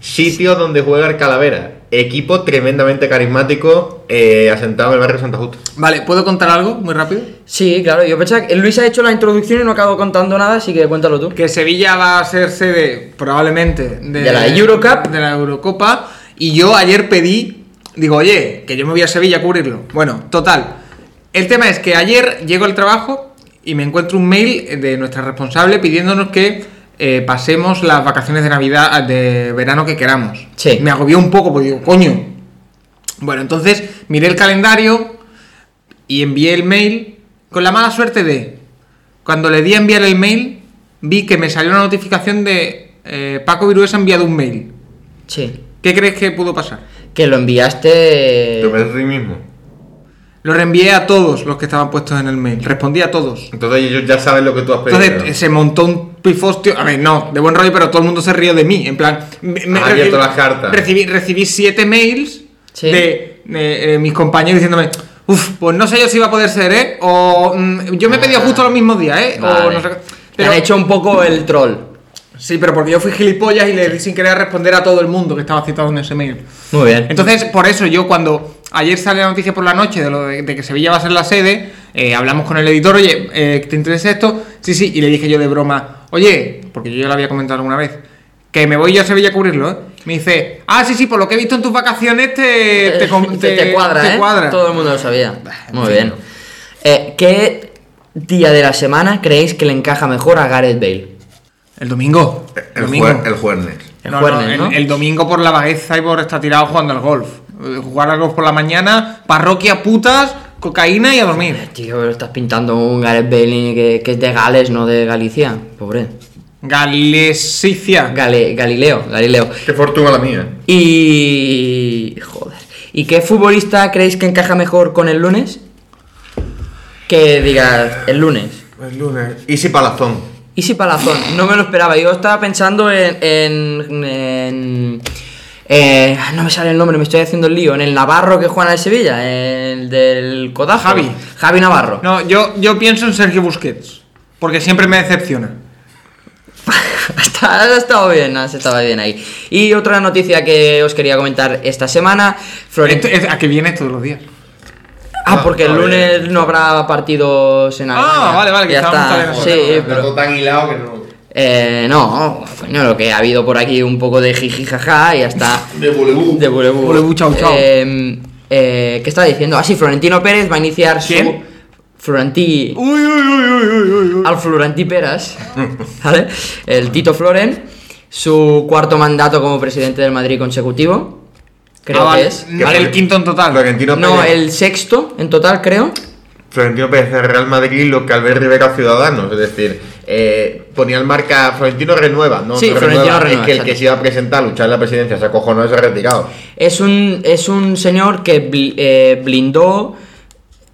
[SPEAKER 3] sitio donde juega el Calavera. Equipo tremendamente carismático, eh, asentado en el barrio Santa Justa.
[SPEAKER 4] Vale, ¿puedo contar algo muy rápido?
[SPEAKER 2] Sí, claro, yo pensaba que Luis ha hecho la introducción y no acabo contando nada, así que cuéntalo tú.
[SPEAKER 4] Que Sevilla va a ser sede probablemente de,
[SPEAKER 2] De la Eurocup.
[SPEAKER 4] De la Eurocopa. Y yo ayer pedí, digo, oye, que yo me voy a Sevilla a cubrirlo. Bueno, total. El tema es que ayer llego al trabajo y me encuentro un mail de nuestra responsable pidiéndonos que eh, pasemos las vacaciones de Navidad, de verano que queramos.
[SPEAKER 2] Sí.
[SPEAKER 4] Me agobió un poco porque digo, coño. Bueno, entonces miré el calendario y envié el mail con la mala suerte de cuando le di a enviar el mail, vi que me salió una notificación de eh, Paco Virués ha enviado un mail.
[SPEAKER 2] Sí.
[SPEAKER 4] ¿Qué crees que pudo pasar?
[SPEAKER 2] Que lo enviaste.
[SPEAKER 3] Te parece a ti mismo.
[SPEAKER 4] Lo reenvié a todos los que estaban puestos en el mail. Respondí a todos.
[SPEAKER 3] Entonces ellos ya saben lo que tú has pedido.
[SPEAKER 4] Entonces eh, se montó un pifostio. A ver, no, de buen rollo, pero todo el mundo se rió de mí. En plan, me, me
[SPEAKER 3] Has abierto las cartas.
[SPEAKER 4] Recibí, recibí siete mails
[SPEAKER 2] Sí.
[SPEAKER 4] de, de, eh, mis compañeros diciéndome. Uf, pues no sé yo si va a poder ser, ¿eh? O mm, yo me he pedido justo los mismos días, ¿eh? O
[SPEAKER 2] Ah. Vale.
[SPEAKER 4] no sé qué.
[SPEAKER 2] Te han hecho un poco el troll.
[SPEAKER 4] Sí, pero porque yo fui gilipollas y le di sin querer responder a todo el mundo que estaba citado en ese mail.
[SPEAKER 2] Muy bien.
[SPEAKER 4] Entonces, por eso yo cuando ayer sale la noticia por la noche de lo de, de que Sevilla va a ser la sede, eh, hablamos con el editor, oye, eh, ¿te interesa esto? Sí, sí, y le dije yo de broma, oye, porque yo ya lo había comentado alguna vez, que me voy yo a Sevilla a cubrirlo, ¿eh? Me dice, ah, sí, sí, por lo que he visto en tus vacaciones te, te, con-
[SPEAKER 2] (laughs) Te- te cuadra,
[SPEAKER 4] te
[SPEAKER 2] ¿eh?
[SPEAKER 4] cuadra".
[SPEAKER 2] Todo el mundo lo sabía. Muy bien. Eh, ¿Qué día de la semana creéis que le encaja mejor a Gareth Bale?
[SPEAKER 4] El domingo.
[SPEAKER 3] Eh, El,
[SPEAKER 4] domingo.
[SPEAKER 3] juer- el jueves.
[SPEAKER 2] El
[SPEAKER 4] No, no,
[SPEAKER 2] jueves,
[SPEAKER 4] el-
[SPEAKER 2] ¿no?
[SPEAKER 4] el domingo por la vagueza y por estar tirado jugando al golf. Eh, Jugar al golf por la mañana, parroquia, putas, cocaína y a dormir.
[SPEAKER 2] Tío, pero estás pintando un Gareth Bale que, que es de Gales, no de Galicia. Pobre.
[SPEAKER 4] Galesicia.
[SPEAKER 2] Gale- Galileo, Galileo.
[SPEAKER 3] Qué fortuna la mía.
[SPEAKER 2] Y. Joder. ¿Y qué futbolista creéis que encaja mejor con el lunes? Que digas, el lunes.
[SPEAKER 3] El lunes. Easy Palazón.
[SPEAKER 2] Y si Palazón, no me lo esperaba. Yo estaba pensando en. en, en- eh, no me sale el nombre, me estoy haciendo el lío. En el Navarro que juega en el Sevilla, el del Codajo.
[SPEAKER 4] Javi.
[SPEAKER 2] Javi Navarro.
[SPEAKER 4] No, yo, yo pienso en Sergio Busquets. Porque siempre me decepciona.
[SPEAKER 2] (laughs) Está- Has estado bien, has estado bien ahí. Y otra noticia que os quería comentar esta semana. Florent-
[SPEAKER 4] Esto- es- ¿A qué viene todos los días?
[SPEAKER 2] Ah, porque el
[SPEAKER 3] Vale.
[SPEAKER 2] lunes no habrá partidos en
[SPEAKER 4] Ah,
[SPEAKER 2] Alemania.
[SPEAKER 4] vale, vale, que
[SPEAKER 2] ya
[SPEAKER 4] estábamos
[SPEAKER 2] está.
[SPEAKER 4] hablando de
[SPEAKER 2] Sí,
[SPEAKER 4] eso.
[SPEAKER 2] Eh, pero-
[SPEAKER 3] Todo tan hilado que no.
[SPEAKER 2] Eh, no, coño, lo que ha habido por aquí un poco de jiji jaja y
[SPEAKER 4] (laughs)
[SPEAKER 2] hasta
[SPEAKER 3] De bulebú.
[SPEAKER 2] de bulebú.
[SPEAKER 4] Bulebú, chao, chao.
[SPEAKER 2] Eh, eh, ¿Qué estaba diciendo? Ah, sí, Florentino Pérez va a iniciar
[SPEAKER 4] ¿Quién?
[SPEAKER 2] su. Florentí.
[SPEAKER 4] Uy, uy, uy, uy, uy, uy, uy.
[SPEAKER 2] Al Florentí Peras, (laughs) ¿vale? El Tito Floren, su cuarto mandato como presidente del Madrid consecutivo. Creo
[SPEAKER 4] Ah, vale,
[SPEAKER 2] que es.
[SPEAKER 4] mm,
[SPEAKER 2] ¿vale?
[SPEAKER 4] El quinto en total.
[SPEAKER 3] Florentino
[SPEAKER 2] No,
[SPEAKER 3] Pérez.
[SPEAKER 2] el sexto en total, creo.
[SPEAKER 3] Florentino Pérez de Real Madrid, lo que Albert Rivera Ciudadanos. Es decir, eh, ponía el marca Florentino Renueva. No,
[SPEAKER 2] Sí,
[SPEAKER 3] no
[SPEAKER 2] Florentino
[SPEAKER 3] renueva.
[SPEAKER 2] Renueva,
[SPEAKER 3] Es que el
[SPEAKER 2] exacto.
[SPEAKER 3] que se iba a presentar a luchar en la presidencia se acojonó y se ha retirado.
[SPEAKER 2] Es un, es un señor que bl- eh, blindó,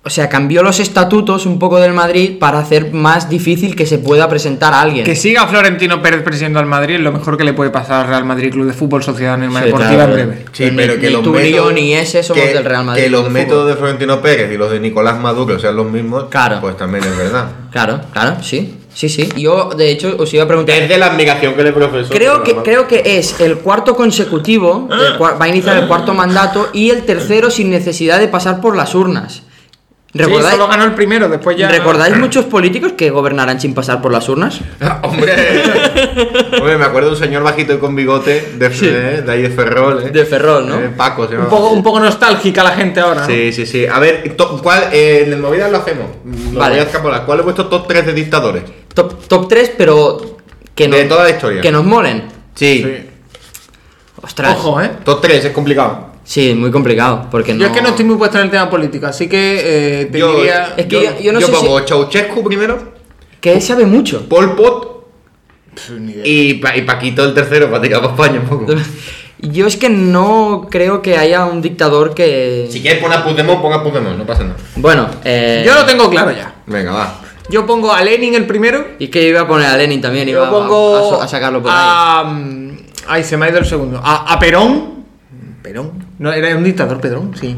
[SPEAKER 2] o sea, cambió los estatutos un poco del Madrid para hacer más difícil que se pueda presentar a alguien.
[SPEAKER 4] Que siga Florentino Pérez presidiendo al Madrid es lo mejor que le puede pasar al Real Madrid Club de Fútbol Sociedad Anónima
[SPEAKER 2] Sí,
[SPEAKER 4] Deportiva
[SPEAKER 2] claro.
[SPEAKER 4] en breve.
[SPEAKER 3] Sí,
[SPEAKER 2] Ni-
[SPEAKER 3] pero que
[SPEAKER 2] ni
[SPEAKER 3] los
[SPEAKER 2] tú, ni
[SPEAKER 3] métodos-
[SPEAKER 2] yo, ni ese somos
[SPEAKER 3] que-
[SPEAKER 2] del Real Madrid,
[SPEAKER 3] Que los
[SPEAKER 2] del
[SPEAKER 3] métodos de Florentino Pérez y los de Nicolás Maduro sean los mismos,
[SPEAKER 2] Claro.
[SPEAKER 3] pues también es verdad.
[SPEAKER 2] Claro, claro, sí, sí, sí. Yo, de hecho, os iba a preguntar...
[SPEAKER 3] Desde la admiración que le profesó.
[SPEAKER 2] Creo que, creo que es el cuarto consecutivo,
[SPEAKER 4] Ah.
[SPEAKER 2] el cua- va a iniciar el cuarto mandato y el tercero sin necesidad de pasar por las urnas.
[SPEAKER 4] Sí,
[SPEAKER 2] ¿Recordáis,
[SPEAKER 4] solo ganó el primero, después ya.
[SPEAKER 2] ¿Recordáis muchos políticos que gobernarán sin pasar por
[SPEAKER 4] (laughs)
[SPEAKER 2] las urnas?
[SPEAKER 3] hombre,
[SPEAKER 2] (laughs)
[SPEAKER 3] hombre, me acuerdo de un señor bajito y con bigote de, de, ahí de Ferrol. eh.
[SPEAKER 2] De Ferrol, ¿no?
[SPEAKER 3] Eh, Paco se
[SPEAKER 4] Un
[SPEAKER 3] llama.
[SPEAKER 4] poco, un poco nostálgica la gente ahora. ¿no?
[SPEAKER 3] Sí, sí, sí. A ver, to- ¿cuál, eh, en el Movidas lo hacemos. Mm, Lo
[SPEAKER 2] Vale.
[SPEAKER 3] voy a escapolar. ¿Cuál es vuestro top 3 de dictadores?
[SPEAKER 2] Top, top 3, pero que,
[SPEAKER 3] De
[SPEAKER 2] nos-
[SPEAKER 3] toda la historia.
[SPEAKER 2] que nos molen.
[SPEAKER 3] Sí.
[SPEAKER 2] Ostras.
[SPEAKER 4] Ojo, ¿eh?
[SPEAKER 3] Top 3 es complicado.
[SPEAKER 2] Sí, muy complicado. Porque no...
[SPEAKER 4] Yo es que no estoy muy puesto en el tema político, así que eh, te diría.
[SPEAKER 2] Es que yo- yo no sé
[SPEAKER 3] pongo Ceausescu primero,
[SPEAKER 2] Que él sabe mucho. (laughs)
[SPEAKER 3] Pol Pot y, Pa- y Paquito el tercero para tirar para España un
[SPEAKER 2] (laughs)
[SPEAKER 3] poco.
[SPEAKER 2] Yo es que no creo que haya un dictador que.
[SPEAKER 3] si quieres poner a Puigdemont, ponga a Puigdemont, no pasa nada.
[SPEAKER 2] Bueno, eh.
[SPEAKER 4] Yo lo tengo claro ya.
[SPEAKER 3] Venga, va.
[SPEAKER 4] Yo pongo a Lenin el primero.
[SPEAKER 2] Y que iba a poner a Lenin también, iba
[SPEAKER 4] Yo
[SPEAKER 2] a-
[SPEAKER 4] pongo.
[SPEAKER 2] a, a sacarlo por ahí.
[SPEAKER 4] a, mm, Ay, se me ha ido el segundo. A, a Perón. Perón. No, era un dictador, Perón, sí.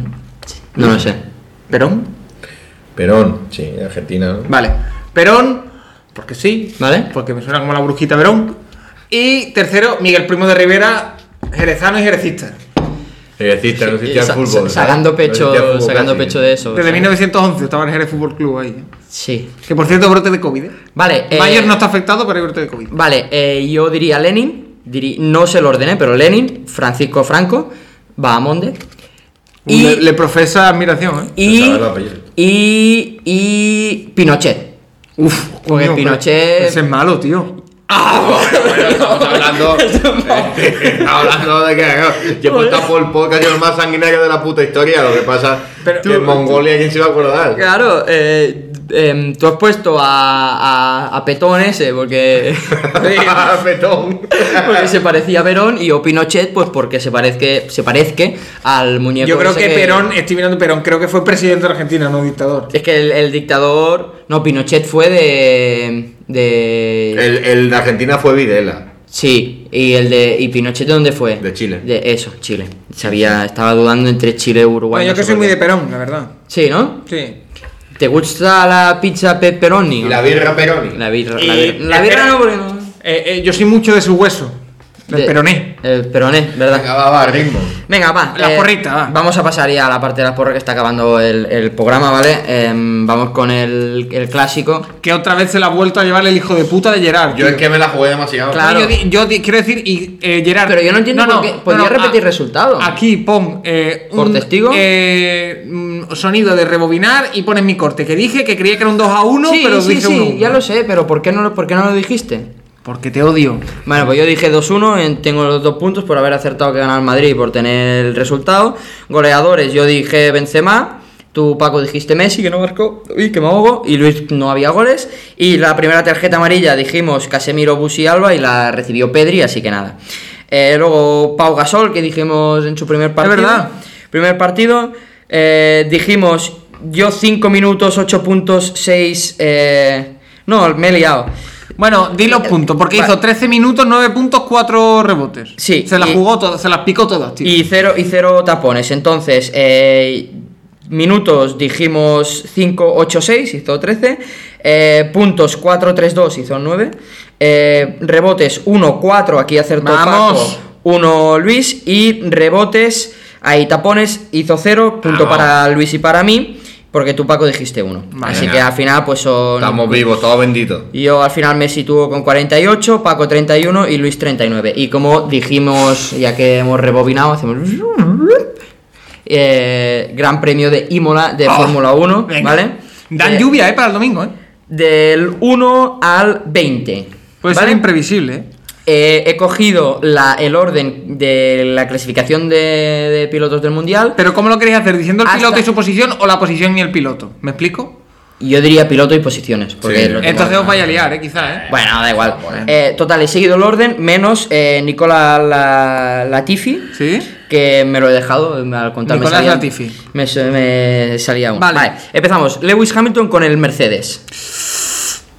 [SPEAKER 2] No lo sé.
[SPEAKER 4] Perón.
[SPEAKER 3] Perón, sí, Argentina, ¿no?
[SPEAKER 4] Vale. Perón, porque sí.
[SPEAKER 2] ¿Vale?
[SPEAKER 4] Porque me suena como la brujita Perón. Y tercero, Miguel Primo de Rivera, jerezano y jerecista.
[SPEAKER 3] Jerezista, no existía el
[SPEAKER 2] Sa- sa-
[SPEAKER 3] fútbol. ¿sabes?
[SPEAKER 2] sacando
[SPEAKER 3] No
[SPEAKER 2] pecho,
[SPEAKER 3] existía fútbol
[SPEAKER 2] sacando
[SPEAKER 3] casi.
[SPEAKER 2] pecho de eso. o
[SPEAKER 4] Desde
[SPEAKER 2] sea.
[SPEAKER 4] 1911 estaba en Jerez Fútbol Club ahí. ¿eh?
[SPEAKER 2] Sí.
[SPEAKER 4] Que por cierto, brote de COVID. ¿eh?
[SPEAKER 2] Vale, eh,
[SPEAKER 4] Bayern no está afectado, pero hay brote de COVID.
[SPEAKER 2] Vale, eh, yo diría Lenin, diri- no sé el orden, eh, pero Lenin, Francisco Franco, Bahamonde. Y,
[SPEAKER 4] le, le profesa admiración, ¿eh?
[SPEAKER 2] y,
[SPEAKER 3] Saber el apellido.
[SPEAKER 2] y, y Pinochet.
[SPEAKER 4] Uf,
[SPEAKER 2] porque
[SPEAKER 4] coño,
[SPEAKER 2] Pinochet- (laughs) Ah,
[SPEAKER 4] pero Ese es malo, tío.
[SPEAKER 3] Bueno, (laughs) estamos hablando, (laughs) estamos hablando de que no, yo he puesto por el podcast el más sanguinario de la puta historia. Lo que pasa
[SPEAKER 2] Pero-
[SPEAKER 3] que en Mongolia, ¿quién se va a acordar?
[SPEAKER 2] Claro, eh, em, tú has puesto a, a, a Petón ese porque, (laughs)
[SPEAKER 3] (laughs) Petón.
[SPEAKER 2] porque se parecía a Perón y yo Pinochet pues porque se parezca, se parezca al muñeco
[SPEAKER 4] Yo creo
[SPEAKER 2] ese
[SPEAKER 4] que Perón, estoy mirando Perón, creo que fue presidente de Argentina, no dictador.
[SPEAKER 2] Es que el, el dictador... No, Pinochet fue de... de...
[SPEAKER 3] El, el de Argentina fue Videla.
[SPEAKER 2] Sí, y el de y Pinochet dónde fue?
[SPEAKER 3] De Chile.
[SPEAKER 2] De eso, Chile. Sabía, estaba dudando entre Chile y Uruguay.
[SPEAKER 4] Bueno, yo
[SPEAKER 2] no
[SPEAKER 4] que
[SPEAKER 2] sé
[SPEAKER 4] soy
[SPEAKER 2] por
[SPEAKER 4] muy
[SPEAKER 2] qué.
[SPEAKER 4] de Perón, la verdad.
[SPEAKER 2] Sí, ¿no?
[SPEAKER 4] Sí.
[SPEAKER 2] ¿Te gusta la pizza pepperoni?
[SPEAKER 3] Y
[SPEAKER 2] no?
[SPEAKER 3] la birra Peroni.
[SPEAKER 2] La birra,
[SPEAKER 4] Y-
[SPEAKER 2] la birra, la birra
[SPEAKER 4] espera.
[SPEAKER 2] no porque no.
[SPEAKER 4] Eh, eh, yo soy mucho de su hueso, del
[SPEAKER 2] De-
[SPEAKER 4] peroné.
[SPEAKER 2] El peroné, ¿verdad?
[SPEAKER 3] Acababa a ritmo.
[SPEAKER 2] Venga, va. eh,
[SPEAKER 4] La porrita, va.
[SPEAKER 2] Vamos a pasar ya a la parte de las porras que está acabando el, el programa, ¿vale? Em, vamos con el, el clásico.
[SPEAKER 4] Que otra vez se la ha vuelto a llevar el hijo de puta de Gerard.
[SPEAKER 3] Yo es
[SPEAKER 4] tío.
[SPEAKER 3] que me la jugué demasiado.
[SPEAKER 4] No,
[SPEAKER 2] Claro.
[SPEAKER 4] yo, di- yo di- quiero decir, y, eh, Gerard.
[SPEAKER 2] Pero yo no entiendo por qué. ¿Podría repetir
[SPEAKER 4] a-
[SPEAKER 2] resultado?
[SPEAKER 4] Aquí pon. eh,
[SPEAKER 2] ¿Por testigo?
[SPEAKER 4] eh, mm, sonido de rebobinar y pones mi corte. Que dije que creía que era un 2 a 1,
[SPEAKER 2] sí,
[SPEAKER 4] pero
[SPEAKER 2] sí,
[SPEAKER 4] dije
[SPEAKER 2] sí,
[SPEAKER 4] 1 1.
[SPEAKER 2] ya lo sé, pero ¿por qué no lo, por qué no lo dijiste?
[SPEAKER 4] Porque te odio.
[SPEAKER 2] Bueno, pues yo dije 2-1, en- tengo los dos puntos por haber acertado que ganar el Madrid y por tener el resultado. Goleadores, yo dije Benzema, tú Paco dijiste Messi que no marcó, uy, que me ahogo, y Luis no había goles. Y la primera tarjeta amarilla dijimos Casemiro, Busi, Alba y la recibió Pedri, así que nada. Eh, luego Pau Gasol, que dijimos en su primer partido.
[SPEAKER 4] verdad.
[SPEAKER 2] Primer partido, eh, dijimos yo 5 minutos, 8 puntos, 6... no, me he liado.
[SPEAKER 4] Bueno, di
[SPEAKER 2] Eh,
[SPEAKER 4] los puntos, porque
[SPEAKER 2] Vale.
[SPEAKER 4] hizo 13 minutos, 9 puntos, 4 rebotes.
[SPEAKER 2] Sí,
[SPEAKER 4] Se las
[SPEAKER 2] y-
[SPEAKER 4] jugó todas, se las picó todas, tío.
[SPEAKER 2] Y cero, y cero tapones. Entonces, eh, minutos dijimos 5, 8, 6, hizo 13. eh, puntos 4, 3, 2, hizo 9. eh, rebotes 1, 4, aquí acertó
[SPEAKER 4] Vamos.
[SPEAKER 2] Paco. 1 Luis. Y rebotes, ahí tapones, hizo 0. Punto
[SPEAKER 3] Vamos.
[SPEAKER 2] para Luis y para mí. Porque tú, Paco, dijiste 1.
[SPEAKER 4] Vale.
[SPEAKER 2] Así
[SPEAKER 3] Venga.
[SPEAKER 2] que al final, pues son.
[SPEAKER 3] Estamos vivos, todos benditos.
[SPEAKER 2] Yo al final me sitúo con 48, Paco 31 y Luis 39. Y como dijimos, ya que hemos rebobinado, hacemos... eh, gran premio de Imola de
[SPEAKER 4] Ah,
[SPEAKER 2] Fórmula 1,
[SPEAKER 4] venga.
[SPEAKER 2] ¿vale?
[SPEAKER 4] Dan
[SPEAKER 2] De-
[SPEAKER 4] lluvia, eh, para el domingo, eh.
[SPEAKER 2] Del 1 al 20.
[SPEAKER 4] Puede
[SPEAKER 2] ¿vale?
[SPEAKER 4] ser imprevisible, eh.
[SPEAKER 2] Eh, he cogido la, el orden de la clasificación de, de pilotos del Mundial.
[SPEAKER 4] Pero ¿cómo lo queréis hacer? ¿Diciendo el
[SPEAKER 2] Hasta-
[SPEAKER 4] piloto y su posición o la posición y el piloto? ¿Me explico?
[SPEAKER 2] Y Yo diría piloto y posiciones. Porque
[SPEAKER 3] Sí.
[SPEAKER 2] lo tengo
[SPEAKER 4] Entonces os
[SPEAKER 2] ordenado.
[SPEAKER 4] vaya a liar, eh, quizá, eh.
[SPEAKER 2] Bueno, da igual.
[SPEAKER 3] Bueno.
[SPEAKER 2] Eh, total, he seguido el orden, menos eh, Nicola la, Latifi,
[SPEAKER 4] ¿Sí?
[SPEAKER 2] que me lo he dejado eh, al contar. me
[SPEAKER 4] Nicolás
[SPEAKER 2] salía-
[SPEAKER 4] Latifi.
[SPEAKER 2] Me, s- me salía uno.
[SPEAKER 4] Vale.
[SPEAKER 2] Vale. empezamos. Lewis Hamilton con el Mercedes.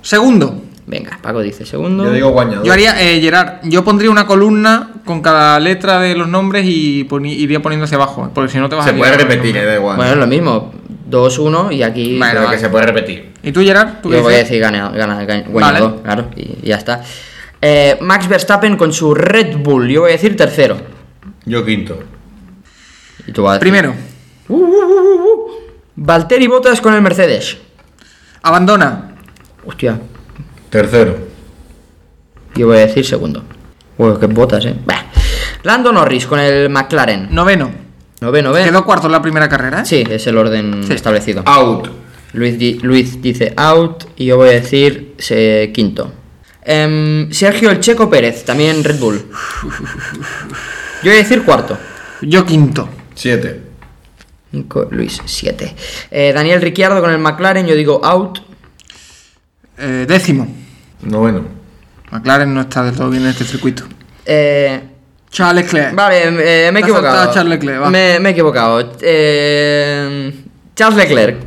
[SPEAKER 4] Segundo.
[SPEAKER 2] Venga, Paco dice segundo.
[SPEAKER 3] Yo digo guañador.
[SPEAKER 4] Yo haría, eh, Gerard, yo pondría una columna con cada letra de los nombres y poni- iría poniendo hacia abajo, eh, porque si no te vas
[SPEAKER 3] Se
[SPEAKER 4] a liar
[SPEAKER 3] puede
[SPEAKER 4] con los
[SPEAKER 3] repetir, eh,
[SPEAKER 4] nombres.
[SPEAKER 3] da igual.
[SPEAKER 2] Bueno, es lo mismo. 2-1 y aquí.
[SPEAKER 4] Vale.
[SPEAKER 3] Pero que se puede repetir.
[SPEAKER 4] ¿Y tú, Gerard? ¿Tú qué
[SPEAKER 2] Yo voy a
[SPEAKER 4] dices?
[SPEAKER 2] decir gana, gana, gana- ganador, claro, y, y ya está. Eh, Max Verstappen con su Red Bull, yo voy a decir tercero.
[SPEAKER 3] Yo quinto.
[SPEAKER 2] Y tú vas a decir- Uh,
[SPEAKER 4] Primero,
[SPEAKER 2] Valtteri Bottas con el Mercedes.
[SPEAKER 4] abandona.
[SPEAKER 2] Hostia,
[SPEAKER 3] Tercero.
[SPEAKER 2] Yo voy a decir segundo. Bueno, que botas, eh. Bah. Lando Norris con el McLaren.
[SPEAKER 4] Noveno.
[SPEAKER 2] Noveno, ¿ves?
[SPEAKER 4] Quedó cuarto en la primera carrera, ¿eh?
[SPEAKER 2] Sí, es el orden
[SPEAKER 4] Sí. Ah.
[SPEAKER 2] establecido.
[SPEAKER 3] Out.
[SPEAKER 2] Luis, di- Luis dice out y yo voy a decir se- quinto. Em, Sergio El Checo Pérez, también Red Bull. Yo voy a decir cuarto.
[SPEAKER 4] Yo quinto.
[SPEAKER 3] Siete.
[SPEAKER 2] Cinco, Luis, siete. Eh, Daniel Ricciardo con el McLaren, yo digo out.
[SPEAKER 4] Eh, décimo.
[SPEAKER 3] Noveno.
[SPEAKER 4] McLaren no está del todo bien en este circuito.
[SPEAKER 2] Eh,
[SPEAKER 4] Charles Leclerc.
[SPEAKER 2] vale, eh, me he
[SPEAKER 4] Te has saltado
[SPEAKER 2] equivocado.
[SPEAKER 4] a Charles Leclerc, va.
[SPEAKER 2] me, me he equivocado. Eh, Charles Leclerc.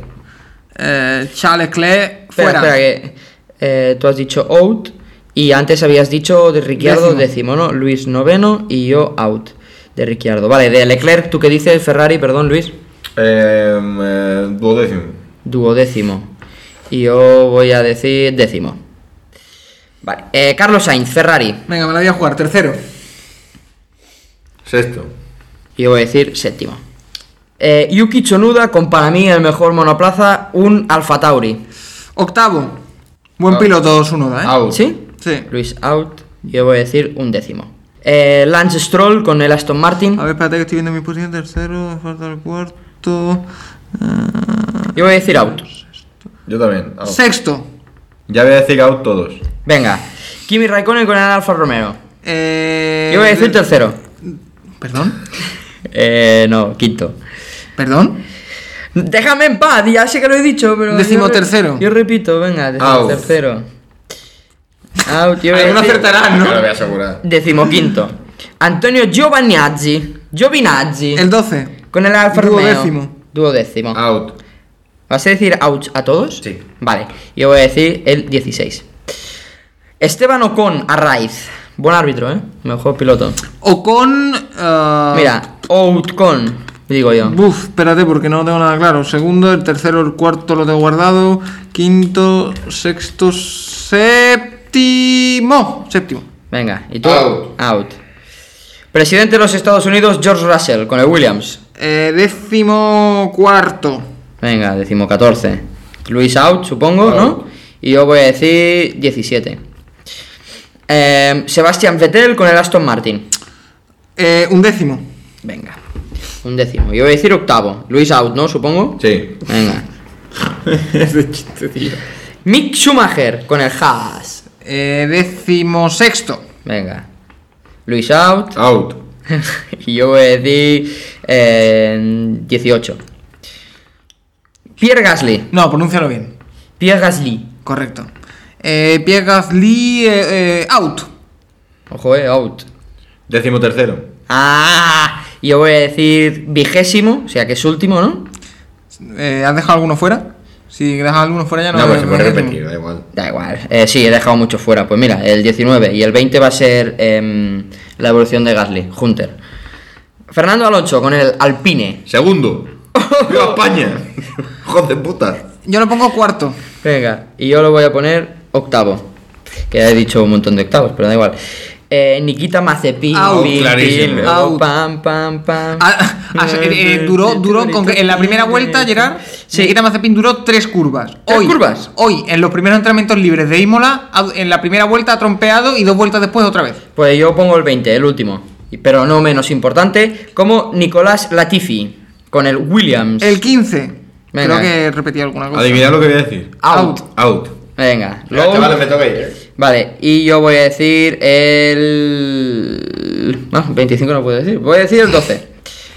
[SPEAKER 4] Eh, Charles Leclerc,
[SPEAKER 2] Espera,
[SPEAKER 4] fuera.
[SPEAKER 2] espera, que eh, tú has dicho out y antes habías dicho de Ricciardo
[SPEAKER 4] Décimo.
[SPEAKER 2] décimo, ¿no? Luis noveno y yo out de Ricciardo. Vale, de Leclerc, ¿tú qué dices? Ferrari, perdón, Luis.
[SPEAKER 3] Eh, eh, duodécimo.
[SPEAKER 2] Duodécimo. Y yo voy a decir décimo. Vale, eh, Carlos Sainz, Ferrari.
[SPEAKER 4] Venga, me la voy a jugar. Tercero.
[SPEAKER 3] Sexto.
[SPEAKER 4] ¿Eh?
[SPEAKER 2] Y yo voy a decir séptimo. Eh, Yuki Tsunoda con para mí el mejor monoplaza, un Alfa Tauri.
[SPEAKER 4] Octavo. Buen
[SPEAKER 3] Out.
[SPEAKER 4] piloto Sunoda, ¿eh?
[SPEAKER 3] Out.
[SPEAKER 2] ¿Sí?
[SPEAKER 4] Sí.
[SPEAKER 2] Luis out, yo voy a decir un décimo. Eh, Lance Stroll con el Aston Martin.
[SPEAKER 4] A ver, espérate que estoy viendo mi posición. Tercero, me falta el cuarto. eh,
[SPEAKER 2] Yo voy a decir out.
[SPEAKER 3] Yo también. out.
[SPEAKER 4] Sexto.
[SPEAKER 3] Ya voy a decir out todos.
[SPEAKER 2] Venga. Kimi Raikkonen con el Alfa Romeo.
[SPEAKER 4] Eh,
[SPEAKER 2] Yo voy a decir tercero.
[SPEAKER 4] Perdón,
[SPEAKER 2] Eh, no, quinto.
[SPEAKER 4] perdón.
[SPEAKER 2] Déjame en paz, ya sé que lo he dicho, pero. yo
[SPEAKER 4] Decimotercero.
[SPEAKER 2] re- Yo, repito, venga,
[SPEAKER 3] Au.
[SPEAKER 2] decimotercero. Out, yo voy a
[SPEAKER 4] Alguno
[SPEAKER 2] decir-
[SPEAKER 4] acertará, ¿no?
[SPEAKER 3] Te lo voy a asegurar.
[SPEAKER 2] Decimoquinto. Antonio Giovanazzi. Giovinazzi.
[SPEAKER 4] El 12.
[SPEAKER 2] Con el Alfa Romeo.
[SPEAKER 4] Duodécimo.
[SPEAKER 2] Duodécimo.
[SPEAKER 3] Out.
[SPEAKER 2] ¿Vas a decir ouch a todos?
[SPEAKER 3] Sí.
[SPEAKER 2] Vale, yo voy a decir el 16. Esteban Ocon Arraiz. Buen árbitro, ¿eh? Mejor piloto.
[SPEAKER 4] O con. ah,
[SPEAKER 2] Mira, Outcon, digo yo.
[SPEAKER 4] Buf, espérate porque no tengo nada claro. Segundo, el tercero, el cuarto lo tengo guardado. Quinto, sexto, séptimo. Séptimo.
[SPEAKER 2] Venga, ¿y tú?
[SPEAKER 3] Out.
[SPEAKER 2] Out. Presidente de los Estados Unidos, George Russell, con el Williams.
[SPEAKER 4] Eh, décimo cuarto.
[SPEAKER 2] Venga, decimo 14. Luis out, supongo, ¿no?
[SPEAKER 3] Out.
[SPEAKER 2] Y yo voy a decir 17. Eh, Sebastián Vettel con el Aston Martin.
[SPEAKER 4] Eh, un décimo.
[SPEAKER 2] Venga. Un décimo. Yo voy a decir octavo. Luis out, ¿no? Supongo.
[SPEAKER 3] Sí.
[SPEAKER 2] Venga.
[SPEAKER 4] (laughs) Ese chiste, tío.
[SPEAKER 2] Mick Schumacher con el Haas.
[SPEAKER 4] Eh, décimo sexto.
[SPEAKER 2] Venga. Luis out. (laughs)
[SPEAKER 3] Out.
[SPEAKER 2] y yo voy a decir eh, 18. Pierre Gasly.
[SPEAKER 4] No, pronúncialo bien.
[SPEAKER 2] Pierre Gasly.
[SPEAKER 4] Correcto. Eh, Pierre Gasly, eh, eh, out.
[SPEAKER 2] Ojo, eh, out.
[SPEAKER 3] Décimo tercero.
[SPEAKER 2] Ah, yo voy a decir vigésimo, o sea que es último, ¿no?
[SPEAKER 4] Eh, ¿Has dejado alguno fuera? Si dejas alguno fuera ya no.
[SPEAKER 3] No, pues
[SPEAKER 4] no
[SPEAKER 3] se puede
[SPEAKER 4] décimo.
[SPEAKER 3] repetir, da igual.
[SPEAKER 2] Da igual. Eh, sí, he dejado mucho fuera. Pues mira, el 19 y el 20 va a ser em, la evolución de Gasly, Hunter. Fernando Alonso con el Alpine.
[SPEAKER 4] (laughs)
[SPEAKER 3] Segundo. ¡Viva España! ¡Joder de puta!
[SPEAKER 4] Yo lo pongo cuarto.
[SPEAKER 2] Venga, y yo lo voy a poner octavo. Que ya he dicho un montón de octavos, pero da igual. Eh, Nikita Mazepin.
[SPEAKER 4] Out.
[SPEAKER 2] pim,
[SPEAKER 3] Clarísimo.
[SPEAKER 2] pim,
[SPEAKER 4] Out.
[SPEAKER 2] pam, pam, pam.
[SPEAKER 4] Ah, ah, eh, eh, duró, duró con- en la primera vuelta, Gerard,
[SPEAKER 2] Sí.
[SPEAKER 4] Nikita Mazepin duró tres curvas.
[SPEAKER 2] ¿Tres
[SPEAKER 4] hoy,
[SPEAKER 2] curvas?
[SPEAKER 4] Hoy, en los primeros entrenamientos libres de Imola, ha- en la primera vuelta ha trompeado y dos vueltas después otra vez.
[SPEAKER 2] Pues yo pongo el 20, el último. Y- Pero no menos importante, como Nicolás Latifi, con el Williams.
[SPEAKER 4] El 15.
[SPEAKER 2] Venga.
[SPEAKER 4] Creo que repetía alguna cosa.
[SPEAKER 3] Adivinad lo que voy a decir.
[SPEAKER 2] Out.
[SPEAKER 3] Out.
[SPEAKER 2] Venga,
[SPEAKER 3] Mira,
[SPEAKER 2] Lowe.
[SPEAKER 3] chavales, me toca ir, ¿eh?
[SPEAKER 2] Vale, y yo voy a decir el... No, 25 no puedo decir. Voy a decir el 12.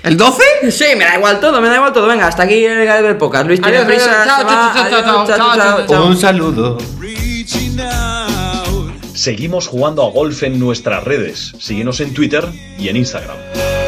[SPEAKER 4] ¿El 12?
[SPEAKER 2] Sí, me da igual todo, me da igual todo. Venga, hasta aquí el Gabriel Pocas. Luis tiene
[SPEAKER 4] Adiós,
[SPEAKER 2] prisa.
[SPEAKER 4] adiós, chao,
[SPEAKER 2] se
[SPEAKER 4] chao,
[SPEAKER 2] va.
[SPEAKER 4] chao, chao,
[SPEAKER 2] Adiós,
[SPEAKER 4] chao, chao, chao, chao.
[SPEAKER 3] Un saludo.
[SPEAKER 5] reaching out.
[SPEAKER 1] Seguimos jugando a golf en nuestras redes. Síguenos en Twitter y en Instagram.
[SPEAKER 5] Oh,